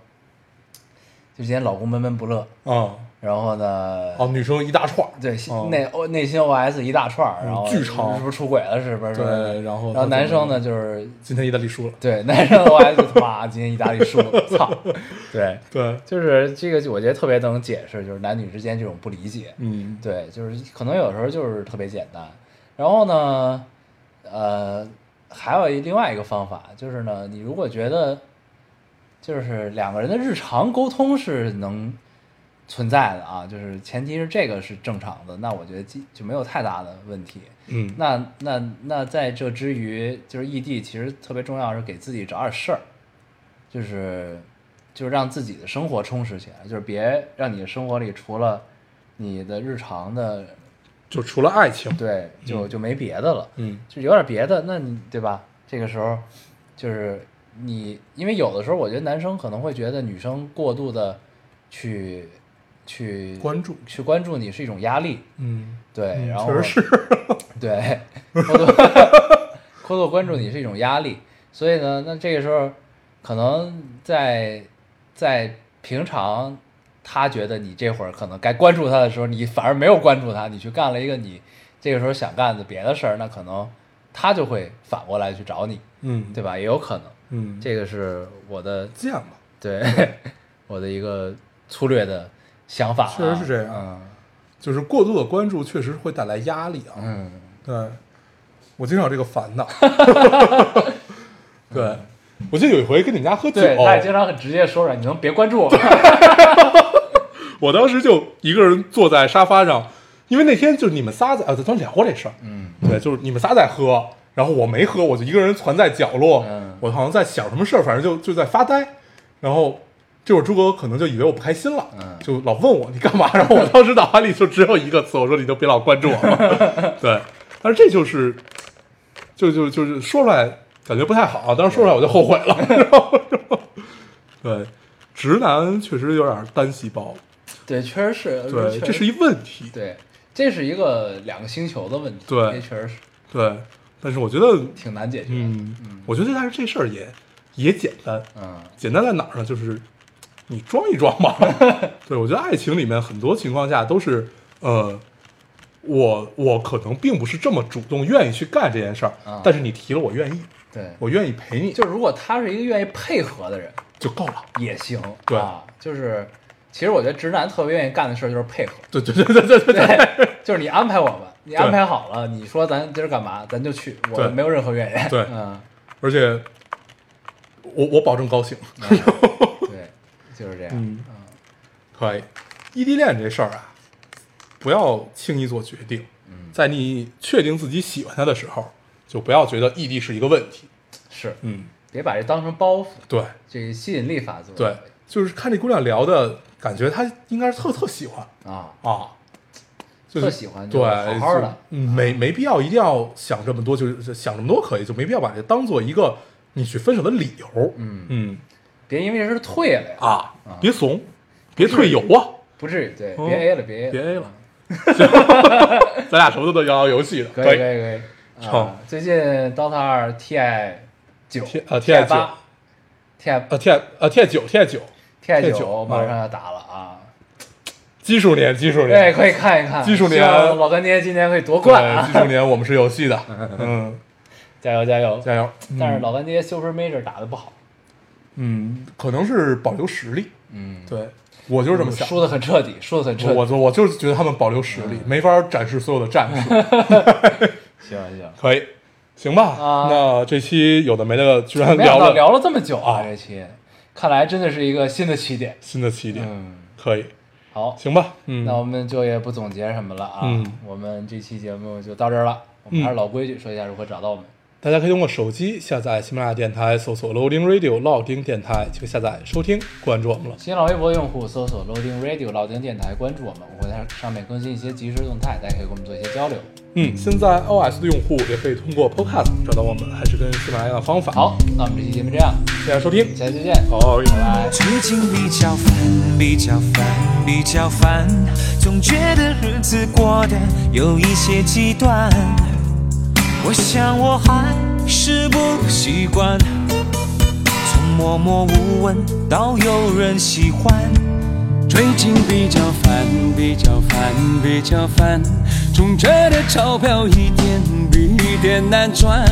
Speaker 1: 就今天老公闷闷不乐，
Speaker 2: 啊
Speaker 1: 然后呢，
Speaker 2: 哦，女生一大串儿，
Speaker 1: 对，
Speaker 2: 哦
Speaker 1: 内哦内心 OS 一大串儿，
Speaker 2: 嗯
Speaker 1: 然后
Speaker 2: 巨长
Speaker 1: 是不是出轨了？是不是？
Speaker 2: 对
Speaker 1: 是不是
Speaker 2: 然后
Speaker 1: 然后男生呢，就是
Speaker 2: 今天意大利输了，
Speaker 1: 对男生 OS，哇，今天意大利输了，操！ 对，
Speaker 2: 对，
Speaker 1: 就是这个，我觉得特别能解释，就是男女之间这种不理解。
Speaker 2: 嗯
Speaker 1: 对，就是可能有时候就是特别简单。然后呢，呃，还有一另外一个方法，就是呢，你如果觉得就是两个人的日常沟通是能存在的啊，就是前提是这个是正常的，那我觉得就就没有太大的问题。
Speaker 2: 嗯
Speaker 1: 那那那在这之余，就是异地其实特别重要，是给自己找点事儿，就是就是让自己的生活充实起来，就是别让你的生活里除了你的日常的，
Speaker 2: 就除了爱情，
Speaker 1: 对，就就没别的了，
Speaker 2: 嗯
Speaker 1: 就有点别的，那你对吧？这个时候就是你，因为有的时候我觉得男生可能会觉得女生过度的去去
Speaker 2: 关注
Speaker 1: 去关注你是一种压力，
Speaker 2: 嗯，
Speaker 1: 对，然后
Speaker 2: 确实是，
Speaker 1: 对，过度过度关注你是一种压力，所以呢，那这个时候可能在在平常他觉得你这会儿可能该关注他的时候，你反而没有关注他，你去干了一个你这个时候想干的别的事儿，那可能他就会反过来去找你，
Speaker 2: 嗯
Speaker 1: 对吧？也有可能，
Speaker 2: 嗯，
Speaker 1: 这个是我的
Speaker 2: 见吧，
Speaker 1: 对 我的一个粗略的想法、啊，
Speaker 2: 确实是这样
Speaker 1: 嗯
Speaker 2: 就是过度的关注确实会带来压力啊，
Speaker 1: 嗯，
Speaker 2: 对，我经常有这个 烦恼。对，我记得有一回跟你们家喝酒，
Speaker 1: 对，他也经常很直接说出来，你能别关注我吗？
Speaker 2: 我当时就一个人坐在沙发上，因为那天就是你们仨在，啊，咱聊过这事儿，
Speaker 1: 嗯，
Speaker 2: 对，就是你们仨在喝，然后我没喝，我就一个人攒在角落，
Speaker 1: 嗯
Speaker 2: 我好像在想什么事儿，反正就就在发呆，然后。这会儿朱哥可能就以为我不开心了，
Speaker 1: 嗯
Speaker 2: 就老问我你干嘛， 然后我当时脑海里就只有一个词，我说你就别老关注我了， 对，但是这就是就就就是说出来感觉不太好啊，当时说出来我就后悔了。 然后对，直男确实有点单细胞，
Speaker 1: 对，确实是，
Speaker 2: 对，
Speaker 1: 确
Speaker 2: 这
Speaker 1: 实
Speaker 2: 是一问题。
Speaker 1: 对，这是一个两个星球的问题，
Speaker 2: 对
Speaker 1: 这确实是
Speaker 2: 对，但是我觉得，
Speaker 1: 挺难解决的，
Speaker 2: 嗯，我觉得但是这事儿也也简单，
Speaker 1: 嗯
Speaker 2: 简单在哪儿呢？就是你装一装 嘛。对，我觉得爱情里面很多情况下都是，呃，我我可能并不是这么主动愿意去干这件事儿，
Speaker 1: 啊
Speaker 2: 但是你提了我愿意，
Speaker 1: 对，
Speaker 2: 我愿意陪你
Speaker 1: 就是如果他是一个愿意配合的人
Speaker 2: 就够了。
Speaker 1: 也行，
Speaker 2: 对
Speaker 1: 啊，就是其实我觉得直男特别愿意干的事儿就是配 合，
Speaker 2: 对对对对对对
Speaker 1: 对，就是你安排我吧，你安排好了，你说咱今儿干嘛，咱就去，我
Speaker 2: 对
Speaker 1: 没有任何怨言，
Speaker 2: 对
Speaker 1: 嗯，
Speaker 2: 而且我我保证高兴。
Speaker 1: 对，就是这样，
Speaker 2: 嗯，可以。异地恋这事儿啊，不要轻易做决定。
Speaker 1: 嗯
Speaker 2: 在你确定自己喜欢他的时候，就不要觉得异地是一个问题。
Speaker 1: 是，
Speaker 2: 嗯，
Speaker 1: 别把这当成包袱，
Speaker 2: 对
Speaker 1: 这个吸引力法则，
Speaker 2: 对，就是看这姑娘聊的感觉，她应该是特特喜欢
Speaker 1: 啊，
Speaker 2: 啊，就是
Speaker 1: 特喜欢就
Speaker 2: 对，
Speaker 1: 好好
Speaker 2: 就
Speaker 1: 的，
Speaker 2: 嗯没没必要一定要想这么多，就是想这么多可以，就没必要把这当做一个你去分手的理由。
Speaker 1: 嗯
Speaker 2: 嗯
Speaker 1: 别因为这事儿退了呀，
Speaker 2: 啊
Speaker 1: 啊，
Speaker 2: 别怂，别退游啊，
Speaker 1: 不至于，对，
Speaker 2: 嗯
Speaker 1: 别 A 了，别 A 了，
Speaker 2: 别 A 了。 咱俩什么都能摇摇游戏的，
Speaker 1: 可以可以可以。
Speaker 2: 成
Speaker 1: 啊，最近 DOTA 二 TI 九
Speaker 2: T- 呃 TI
Speaker 1: ，TI 八，TI
Speaker 2: 呃 T 呃 T 九 T 九，嗯
Speaker 1: TI 九
Speaker 2: TI9
Speaker 1: 马上要打了啊！
Speaker 2: 基数年基数
Speaker 1: 对，
Speaker 2: 年，
Speaker 1: 可以看一看。
Speaker 2: 技术
Speaker 1: 希
Speaker 2: 年
Speaker 1: 望老干爹今年可以夺冠
Speaker 2: 对
Speaker 1: 啊！
Speaker 2: 基数年我们是有戏的，嗯，
Speaker 1: 加油加油！
Speaker 2: 加油！
Speaker 1: 但是
Speaker 2: 嗯
Speaker 1: 老干爹 Super Major 打的不好，
Speaker 2: 嗯，可能是保留实力，
Speaker 1: 嗯，
Speaker 2: 对我就是这么想
Speaker 1: 输的很彻底，输的很彻
Speaker 2: 的。
Speaker 1: 底。
Speaker 2: 我就我就是觉得他们保留实力，
Speaker 1: 嗯
Speaker 2: 没法展示所有的战术。
Speaker 1: 行行，
Speaker 2: 可以，行吧？
Speaker 1: 啊
Speaker 2: 那这期有的没的，居然
Speaker 1: 没想
Speaker 2: 聊
Speaker 1: 到
Speaker 2: 了
Speaker 1: 聊了这么久啊，
Speaker 2: 啊
Speaker 1: 这期看来真的是一个新的起点。
Speaker 2: 新的起点，
Speaker 1: 嗯，
Speaker 2: 可以，
Speaker 1: 好，
Speaker 2: 行吧？嗯
Speaker 1: 那，我们就也不总结什么了啊，
Speaker 2: 嗯
Speaker 1: 我们这期节目就到这儿了。我们还是老规矩，说一下如何找到我们。
Speaker 2: 大家可以通过手机下载喜马拉雅电台，搜索 Loading Radio 老丁电台就可以下载收听，关注我们了。
Speaker 1: 新浪微博用户搜索 Loading Radio 老丁电台，关注我们，我会在上面更新一些即时动态，大家可以跟我们做一些交流。
Speaker 2: 嗯，现在 iOS 的用户也可以通过 Podcast 找到我们，还是跟喜马拉雅的方法。，
Speaker 1: 好，那我们这期节目这样，
Speaker 2: 谢谢收听，
Speaker 1: 下期再见，
Speaker 2: 好，拜
Speaker 1: 拜拜。
Speaker 3: 最近比较烦，比较烦，比较烦，总觉得日子过得有一些极端。我想我还是不习惯，从默默无闻到有人喜欢。
Speaker 4: 最近比较烦，比较烦，比较烦，总觉得钞票一点比一点难赚。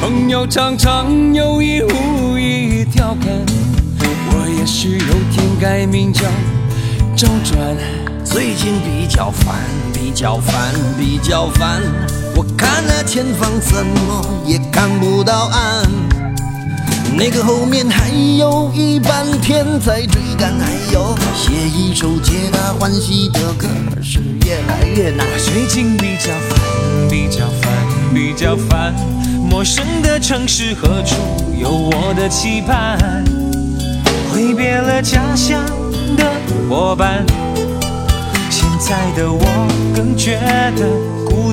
Speaker 4: 朋友常常有意无意调侃，我也许有天改名叫周转。
Speaker 5: 最近比较烦，比较烦，比较烦。我看那前方怎么也看不到岸，那个后面还有一半天在追赶，还有写一首皆大欢喜的歌是越来越难。
Speaker 3: 最近比较烦，比较烦，比较烦。陌生的城市，何处有我的期盼？挥别了家乡的伙伴，现在的我更觉得孤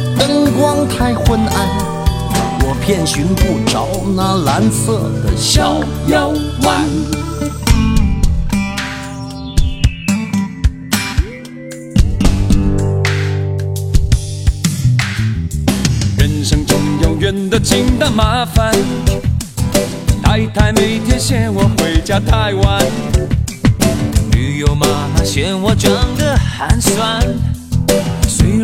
Speaker 5: 灯光太昏暗，我遍寻不着那蓝色的小
Speaker 4: 要完。人生中有远的近的麻烦，太太每天嫌我回家太晚。
Speaker 3: 女友妈妈嫌我长得寒酸，虽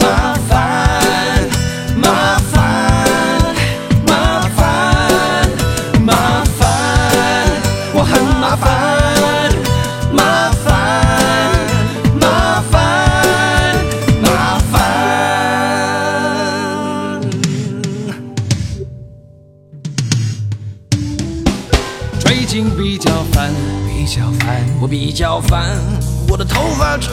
Speaker 3: 麻烦麻烦麻烦麻烦，我很麻烦麻烦麻烦麻烦。
Speaker 4: 最近比较烦，
Speaker 5: 比较烦，我比较烦，我的头发只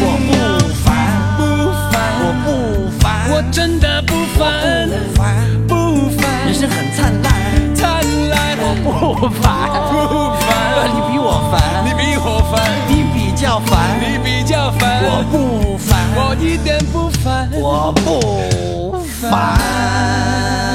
Speaker 5: 我不烦，
Speaker 4: 不
Speaker 5: 我
Speaker 4: 烦，
Speaker 5: 不烦，
Speaker 4: 我真的不烦，
Speaker 5: 不烦，
Speaker 4: 不烦
Speaker 5: 人，生很灿烂。
Speaker 4: 灿烂，
Speaker 5: 我不烦，
Speaker 4: 不烦，
Speaker 5: 你比我烦，
Speaker 4: 你比我烦，
Speaker 5: 你比较烦，
Speaker 4: 你比较烦，
Speaker 5: 我不烦，
Speaker 4: 我一点不烦。
Speaker 5: 我不烦。